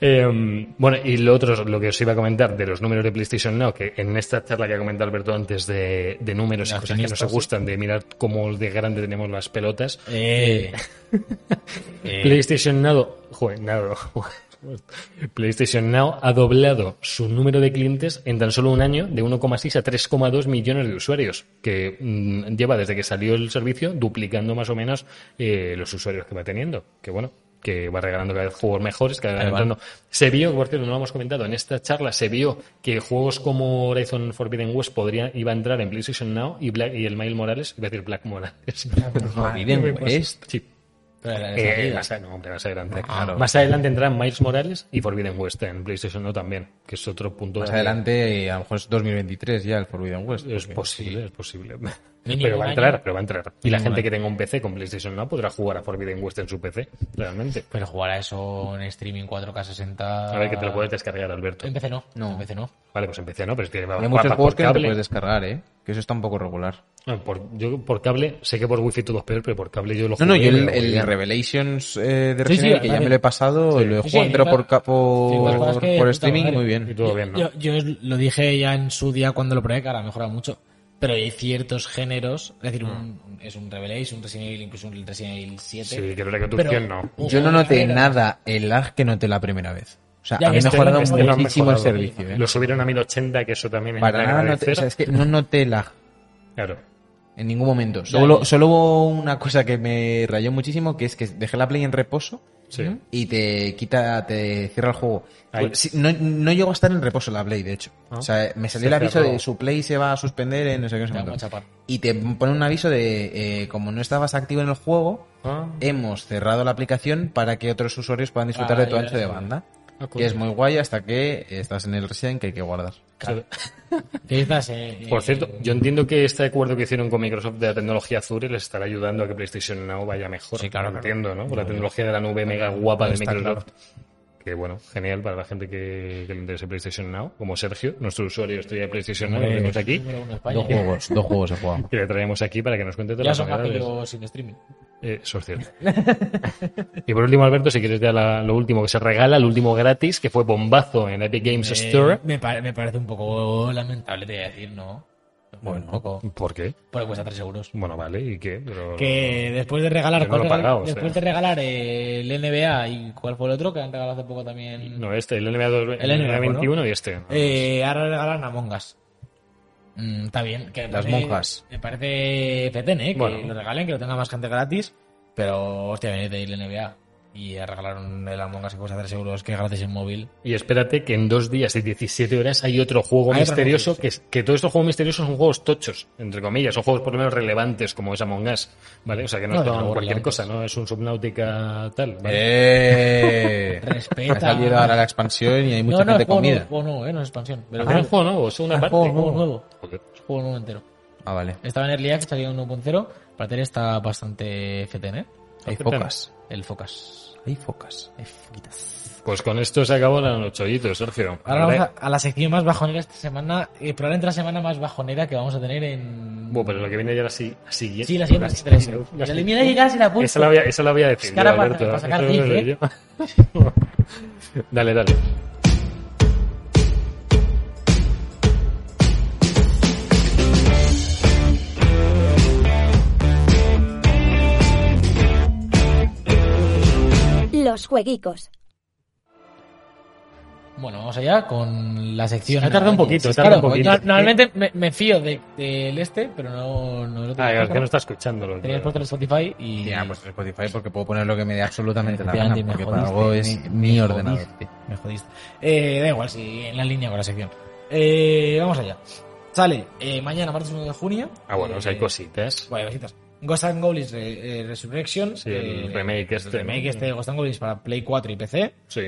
Eh, bueno, y lo otro, lo que os iba a comentar de los números de PlayStation Now, que en esta charla que ha comentado Alberto antes de, de números y Las cosas que nos fiestas, sí. gustan, de mirar cómo de grande tenemos las pelotas, Eh. PlayStation Now, joder, nada, PlayStation Now ha doblado su número de clientes en tan solo un año de 1,6 a 3,2 millones de usuarios, que mm, lleva desde que salió el servicio duplicando más o menos eh, los usuarios que va teniendo. Que bueno, que va regalando cada vez juegos mejores, cada vez Ahí van. entrando. Se vio, por cierto, no lo hemos comentado, en esta charla se vio que juegos como Horizon Forbidden West podrían, iba a entrar en PlayStation Now y, Black- y el Mail Morales, iba a decir Black Morales. Forbidden Me pasa. West. Sí. Pero Eh, era esa vida. más, a- no, hombre, más adelante. Claro. Más adelante entrarán Miles Morales y Forbidden West en PlayStation no también, que es otro punto Más de- adelante, eh, a lo mejor es 2023 ya el Forbidden West. Es posible, es posible. Mínimo pero va a año. entrar, pero va a entrar. Y la Mínimo gente año. que tenga un PC con PlayStation no podrá jugar a Forbidden West en su PC, realmente. Pero jugar a eso en streaming 4K60. A ver que Ah. te lo puedes descargar, Alberto. En PC no. No. En PC no. Vale, pues empecé, ¿no? Pero es que va, Hay va muchos por juegos que no te cable. puedes descargar, ¿eh? Que eso está un poco regular. No, por- yo por cable, sé que por wifi todo es peor, pero por cable yo lo No, no, jugué yo y me el, lo jugué. el Revelations eh, Sí, sí, de Resident Evil, que ya también. me lo he pasado, lo he Sí, sí, jugado entero claro. por, ca- Sí, por, las cosas que- por puta streaming madre. muy Y bien. todo bien, ¿no? Yo, yo os lo dije ya en su día cuando lo probé, que ahora ha mejorado mucho. Pero hay ciertos géneros, es decir, un- es un Revelation, un Resident Evil, incluso un Resident Evil 7. Sí, que lo de que tú Pero- quieres, no. Uy, Yo no noté Pero- nada el lag que noté la primera vez. O sea, Ya, han este- mejorado este lo han muchísimo el mejorado. servicio, ¿eh? Lo subieron a 1080, que eso también es Para de nada, noté, agradecer. o sea, es que no noté lag. Claro. En ningún momento. Ya, Solo, ya. solo hubo una cosa que me rayó muchísimo, que es que dejé la play en reposo Sí. y te quita, te cierra el juego. Ahí. Pues, sí, no, no llegó a estar en reposo la play, de hecho. Ah. O sea, me salió Se el aviso cerró. de su play se va a suspender en no sé qué, no sé Ya, cuánto. vamos a chapar. Y te pone un aviso de, eh, como no estabas activo en el juego, Ah, Eh, hemos cerrado la aplicación para que otros usuarios puedan disfrutar Ah, de tu ya, ancho de eso. banda. ah, Que es coño. muy guay hasta que estás en el Resident que hay que guardar. Claro. ¿Qué dices, eh, Por eh, cierto, yo entiendo que este acuerdo que hicieron con Microsoft de la tecnología Azure les estará ayudando a que PlayStation Now vaya mejor. Sí, claro, Lo claro. entiendo, ¿no? Por la tecnología de la nube mega guapa de Está Microsoft. Que bueno, genial para la gente que, que le interese PlayStation Now, como Sergio, nuestro usuario estrella de PlayStation Now, que Hombre, tenemos aquí. eh, número uno en España. Dos juegos, dos juegos he jugado. Y le traemos aquí para que nos cuente todas Ya las son más que novedades. yo sin streaming. Eh, eso es cierto. y por último, Alberto, si quieres ya la- lo último que se regala, lo último gratis, que fue bombazo en Epic Games Eh, Store. me, pa- me parece un poco lamentable, te voy a decir, ¿no? Bueno, un poco. ¿Por qué? Porque cuesta 3 euros. Bueno, vale, ¿y qué? Pero- Que después de regalar, Yo no lo he ¿cuál pagado, o sea. después de regalar eh, el NBA y cuál fue el otro que han regalado hace poco también. No, este, el NBA, dos- El NBA, 21 y este. ¿no? Eh, ahora regalan Among Us. Mm, está bien. Que me Las parece- monjas. Me parece fetén, ¿eh? Que Bueno. lo regalen, que lo tenga más gente gratis. Pero, hostia, venid de ir NBA. Y ya regalaron el Among Us que cuesta 3 euros, que es gratis en móvil. Y espérate que en dos días y 17 horas hay otro juego Hay otro misterioso, juego, que, es- que todos estos juegos misteriosos son juegos tochos, entre comillas, son juegos por lo menos relevantes como es Among Us, ¿vale? O sea que no, No, es desde luego cualquier relevantes. cosa, no es un Subnautica tal, ¿vale? Ah, ¡Eh! Respeta. Ha salido ahora la expansión y hay no, mucha no, gente es juego comida. nuevo, juego nuevo, eh, no es expansión. Pero Ah, es juego nuevo, es una Ah, parte. juego nuevo, nuevo. Joder. es juego nuevo entero. Ah, vale. Estaba en Early Access, salió en 1.0. Para tener está bastante fetén, ¿eh? Hay Aceptan. focas. El Focas. Hay focas. Hay foquitas. Pues con esto se acabaron los chollitos, Sergio. Ahora vamos Vale. a, a la sección más bajonera esta semana, eh, probablemente la semana más bajonera que vamos a tener en... Bueno, pero lo que viene ya la, si- la siguiente. sí, la siguiente es interesante. la La siguiente. elimina llegar si la apunto. Esa la voy a, esa la voy a decir. Es que ahora yo, para- Alberto, ¿eh? para sacar ¿eh? eso lo gif, doy yo. dale, dale. Los jueguicos. Bueno, vamos allá con la sección. Sí, tarda un poquito, Claro, tarda un poquito. no- Normalmente me, me fío de- del este, pero no, no lo tengo. Ah, es que ah, no está escuchando. los- Tenías puesto en Spotify y... Ya, pues en Spotify porque puedo poner lo que me dé absolutamente la Andy, gana. me Porque para jodiste, algo es me- mi me ordenador. jodiste, me jodiste. Eh, da igual, si en la línea con la sección. Eh, vamos allá. Sale eh, mañana, martes 1 de junio. Ah, bueno, o sea, hay Eh, cositas. Bueno, besitos. Ghost and Goblins Re- eh, Resurrection. Sí, el eh, remake el este. remake este de Ghost and Goblins para Play 4 y PC. Sí.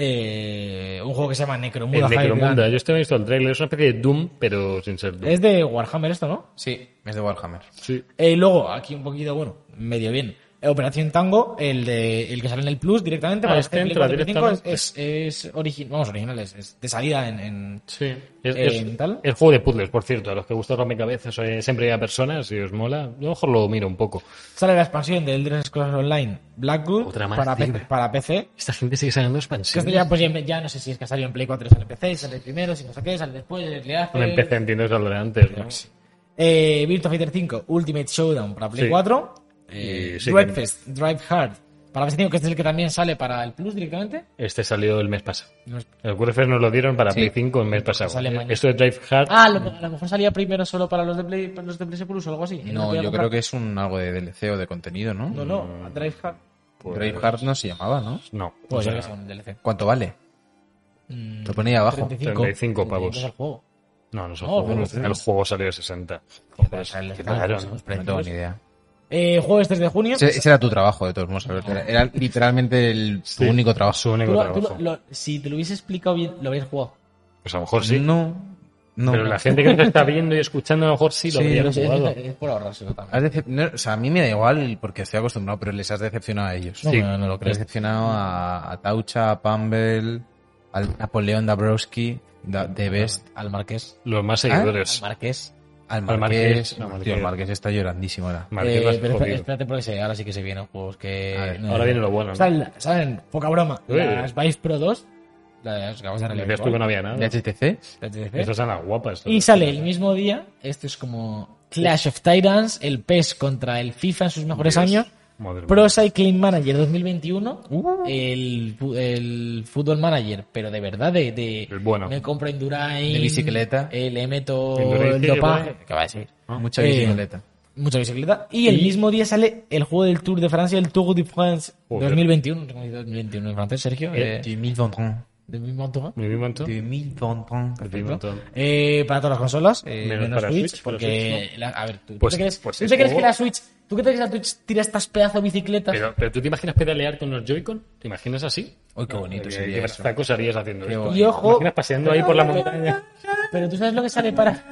Eh, un juego que se llama Necromunda. El Highland. Necromunda. eh. Yo estoy visto el trailer. Es una especie de Doom, pero sin ser Doom. Es de Warhammer esto, ¿no? Sí, es de Warhammer. Sí. Eh, luego, aquí un poquito, bueno, medio bien. Eh, Operación Tango, el de el que sale en el Plus directamente Ah, para este Play entra 4 y Play 5, directamente. es, es, es origi- vamos, original, es, es de salida en, en- Sí. Es, Eh, es- ¿tal? es juego de puzzles, por cierto. A los que gusta rompecabezas, eh, siempre hay personas, si os mola. Yo a lo mejor lo miro un poco. Sale la expansión de Elder Scrolls Online Blackwood Otra más, para, tío. pe- para PC. Esta gente sigue sacando Que esto expansiones. ya, pues ya, ya no sé si es que salió en Play 4 y sale en PC, sale primero, si no sé qué, sale después, le hace... No empecé, entiendo eso lo de antes. ¿no? Eh, Virtua Fighter 5 Ultimate Showdown para Play Sí. 4. Y Eh, sí Drive que- Fest, Drive Hard para PS5, que este es el que también sale para el Plus directamente. Este salió el mes pasado. No es- Pues El Warfare nos lo dieron para Sí. Play 5 el mes pasado. Sale mañana. Esto de Drive Hard. Ah, lo- a lo mejor salía primero solo para los de Play, para los de PS Plus o algo así. No, yo creo que es un algo de DLC o de contenido, ¿no? No, no, a Drive Hard. pues, Braveheart no se llamaba, ¿no? No. Pues O yo creo que sea, son DLC. ¿Cuánto vale? Mm, Lo ponía abajo. 35 pavos. Es el juego. No, no son No, juegos. pero sí. El juego salió de 60. Pero Joder, sale- Pues, qué raro, ¿no? No tengo ni idea. Eh, jueves 3 de junio. Ese, ese era tu trabajo, de todos modos. Alberto. Era, era literalmente el, tu Sí. único Su trabajo. Tú único lo- tú lo- trabajo. lo- si te lo hubiese explicado bien, lo habrías jugado. Pues a lo mejor Mm, sí. No, no. Pero la gente que nos está viendo y escuchando, a lo mejor sí lo Sí, habría Pero sí, es, jugado. es por ahorrárselo también. Has decep- no, o sea, a mí me da igual porque estoy acostumbrado, pero les has decepcionado a ellos. No, sí. no, no lo Les crees. has decepcionado a, a Taucha, a Pumble, al Napoleón Dabrowski, da- de Best, Al Marqués. Los más Al seguidores. Marqués. al Al Marqués. Marqués, no, Tío, Marqués. el Marqués está llorandísimo ahora. Marqués Eh, lo has pero espera- jodido. espérate porque se- ahora sí que se vienen juegos que... A ver, no, Ahora no. viene lo bueno. ¿no? Salen, salen, poca broma, Eh. las Vice Pro 2, las que acabamos de Me relevar. decías tú que no había ¿De nada. HTC? las de DC. Estas son las guapas. Y sale el mismo día, esto es como Clash of Titans, el PES contra el FIFA en sus mejores Dios. años, Madre mía. Uh. Pro Cycling Manager 2021, el, fu- el Football Manager, pero de verdad, de, de- El bueno. me compro Endurain, De bicicleta. eh, le meto Endurain, el sí, dopaje, igual. que va a decir, Ah. Mucha Eh, bicicleta. mucha bicicleta, y el mismo día sale el juego del Tour de Francia, el Tour de France Joder. 2021, no sé cómo dice 2021 en francés, Sergio, eh, 2021. del mismo tour. Mi mismo montón. 2021. Mi mismo montón. Eh, para todas las consolas, eh, Menos menos, para Switch, Switch, pero porque Switch la- a ver, tú, ¿tú Pues- te crees, pues tú es te crees como- que la Switch, tú qué te crees que la Switch tira estas pedazos de bicicletas? Pero, pero tú te imaginas pedalear con los Joy-Con? ¿Te imaginas así? Uy, qué bonito ¿Qué, sería qué eso. tacos harías haciendo Qué esto? bonito. y ¿Te ojo, imaginas paseando ahí por la montaña? pero tú sabes lo que sale para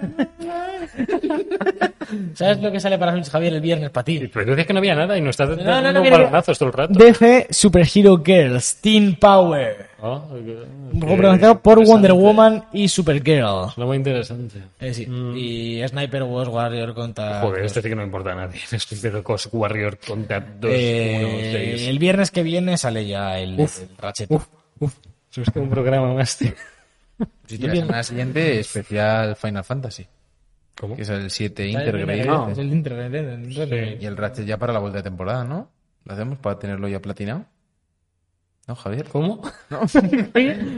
¿Sabes lo que sale para Switch Javier el viernes para ti? Pero tú dices que no había nada y nos estás no, dando no, mira, mira. balonazos todo el rato. DC Super Hero Girls Teen Power, Ah, ok. protagonizado por Interesante. Wonder Woman y Supergirl. Suena muy interesante. Eh, sí, y Sniper Wars Warrior contra Joder, este sí que no importa a nadie. Es que pero Cos Warrior contra 2, Eh, el viernes que viene sale ya el, el Ratchet. Uf, uf. Eso es que un programa más, este. tío. Si tú la semana siguiente, especial Final Fantasy, que es el 7 Intergrade. No. Es el Intergrade, el Intergrade. Y el Ratchet ya para la vuelta de temporada, ¿no? ¿Lo hacemos para tenerlo ya platinado? ¿No, Javier? ¿Cómo? Te veo-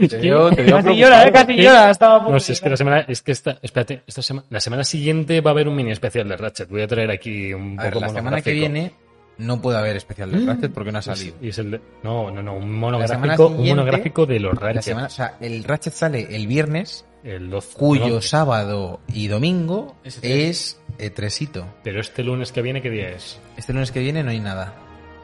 te veo Casi preocupado. llora, eh, casi llora. Estaba a punto No, si de es que la semana, es que esta, espérate, esta semana, la semana siguiente va a haber un mini especial de Ratchet. Voy a traer aquí un A poco Mm. ver, la semana que monográfico. viene no puede haber especial de Ratchet porque no ha salido. Y es el de- no, no, no, un semana monográfico, un siguiente- monográfico de los La Ratchet. semana, o sea, el Ratchet sale el viernes, el 12, el cuyo 11. llosa sábado y domingo E Ese es E E3ito. Pero este lunes que viene, ¿qué día es? Este lunes que viene no hay nada.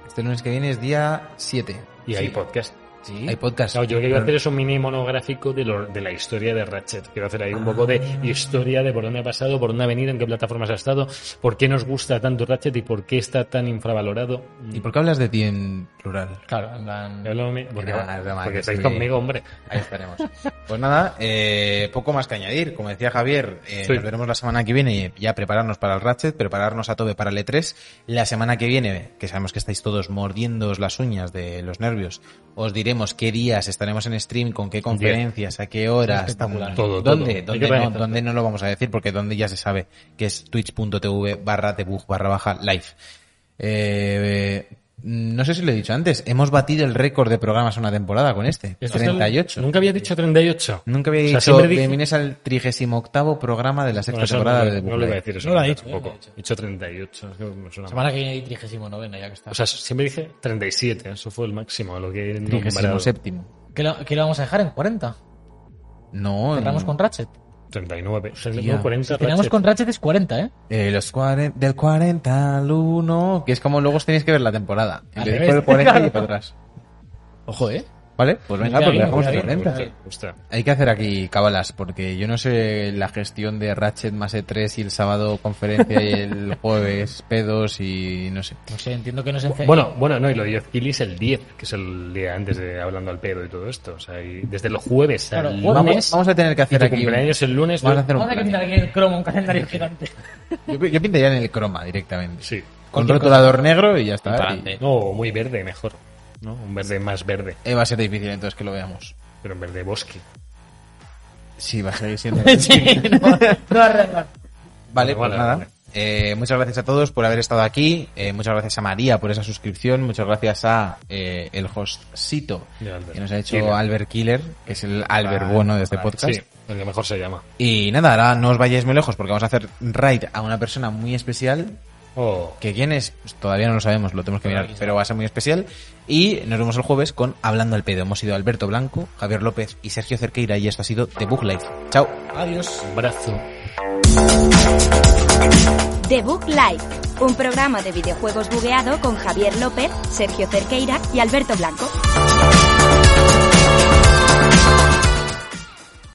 Este lunes que viene es día 7. Y hay podcast. Sí. Hay podcast. No, yo lo que quiero hacer es un mini monográfico de, lo- de la historia de Ratchet. Quiero hacer ahí un poco de historia de por dónde ha pasado, por dónde ha venido, en qué plataformas ha estado, por qué nos gusta tanto Ratchet y por qué está tan infravalorado. ¿Y por qué hablas de ti en plural? Claro, en plan. Háblame, Porque, nada, es broma, porque que estáis estoy- conmigo, hombre. Ahí estaremos. Pues nada, eh, poco más que añadir. Como decía Javier, eh, Sí. nos veremos la semana que viene y ya prepararnos para el Ratchet, prepararnos a tope para el E3. La semana que viene, que sabemos que estáis todos mordiéndoos las uñas de los nervios, os diremos qué días estaremos en stream, con qué conferencias, a qué horas. mm, Espectacular. Todo, todo. ¿Dónde? Hay que ¿Dónde, no, organizarse. ¿Dónde no lo vamos a decir? Porque donde ya se sabe que es twitch.tv barra debug barra baja live. Eh, eh, no sé si lo he dicho antes, hemos batido el récord de programas en una temporada con este. Esto es el- 38. Nunca había dicho 38. Nunca había O sea, dicho siempre dije- bienvenidos al 38 programa de la sexta Bueno, eso temporada no, de The Book no lo iba a Live. decir eso. No lo ha me dicho, parece no lo poco. ha dicho. He dicho 38. es que me suena mal. Semana que viene, 39, ya que está. O sea, siempre dije 37. Eso fue el máximo. Lo que he Vigésimo nombrado. séptimo. ¿Qué lo, qué lo vamos a dejar en 40? No, Cerramos en- con Ratchet. 39. Hostia. 40 Si cerramos Ratchet. con Ratchet es 40, ¿eh? eh, los cuaren- del 40 al 1, que es como luego os tenéis que ver la temporada. Y Al le revés. digo el 40 y para atrás. Ojo, ¿eh? ¿Vale? Pues venga, Ya pues bien, dejamos ya el bien. 40. Me gusta. Hay que hacer aquí cabalas, porque yo no sé la gestión de Ratchet más E3 y el sábado conferencia y el jueves pedos y no sé. No sé, entiendo que no se ence- Bueno, bueno, no, y lo de 10 kilis el 10, que es el día antes de hablando al pedo y todo esto. O sea, y desde los jueves Claro, al jueves. lunes. Vamos, vamos a tener que y hacer tu aquí. un- cumpleaños el lunes. Vamos a ¿no? hacer un Vamos a plan. pintar aquí en el cromo, un calendario gigante. Yo, yo pintaría en el croma directamente. Sí. Con Cualquier rotulador negro y ya Y está. pa'lante. No, muy verde, mejor. ¿no? Un verde más verde, Y- eh, va a ser difícil entonces que lo veamos. pero en verde bosque. Sí, va a seguir siendo. sí, no, no arreglas. Vale, Vale, pues vale, nada. vale. Eh, muchas gracias a todos por haber estado aquí. Eh, muchas gracias a María por esa suscripción. Muchas gracias a eh, el hostcito De Albert que nos ha hecho Killer. Albert Killer, que es el Albert bueno de este podcast. Sí, el que mejor se llama. Y nada, ahora no os vayáis muy lejos porque vamos a hacer raid a una persona muy especial. Oh, Que quién es, Pues todavía no lo sabemos, lo tenemos que mirar, pero va a ser muy especial. Y nos vemos el jueves con Hablando al Pedo. Hemos sido Alberto Blanco, Javier López y Sergio Cerqueira y esto ha sido The Book Life. Chao. Adiós. un brazo. The Book Live, un programa de videojuegos bugueado con Javier López, Sergio Cerqueira y Alberto Blanco.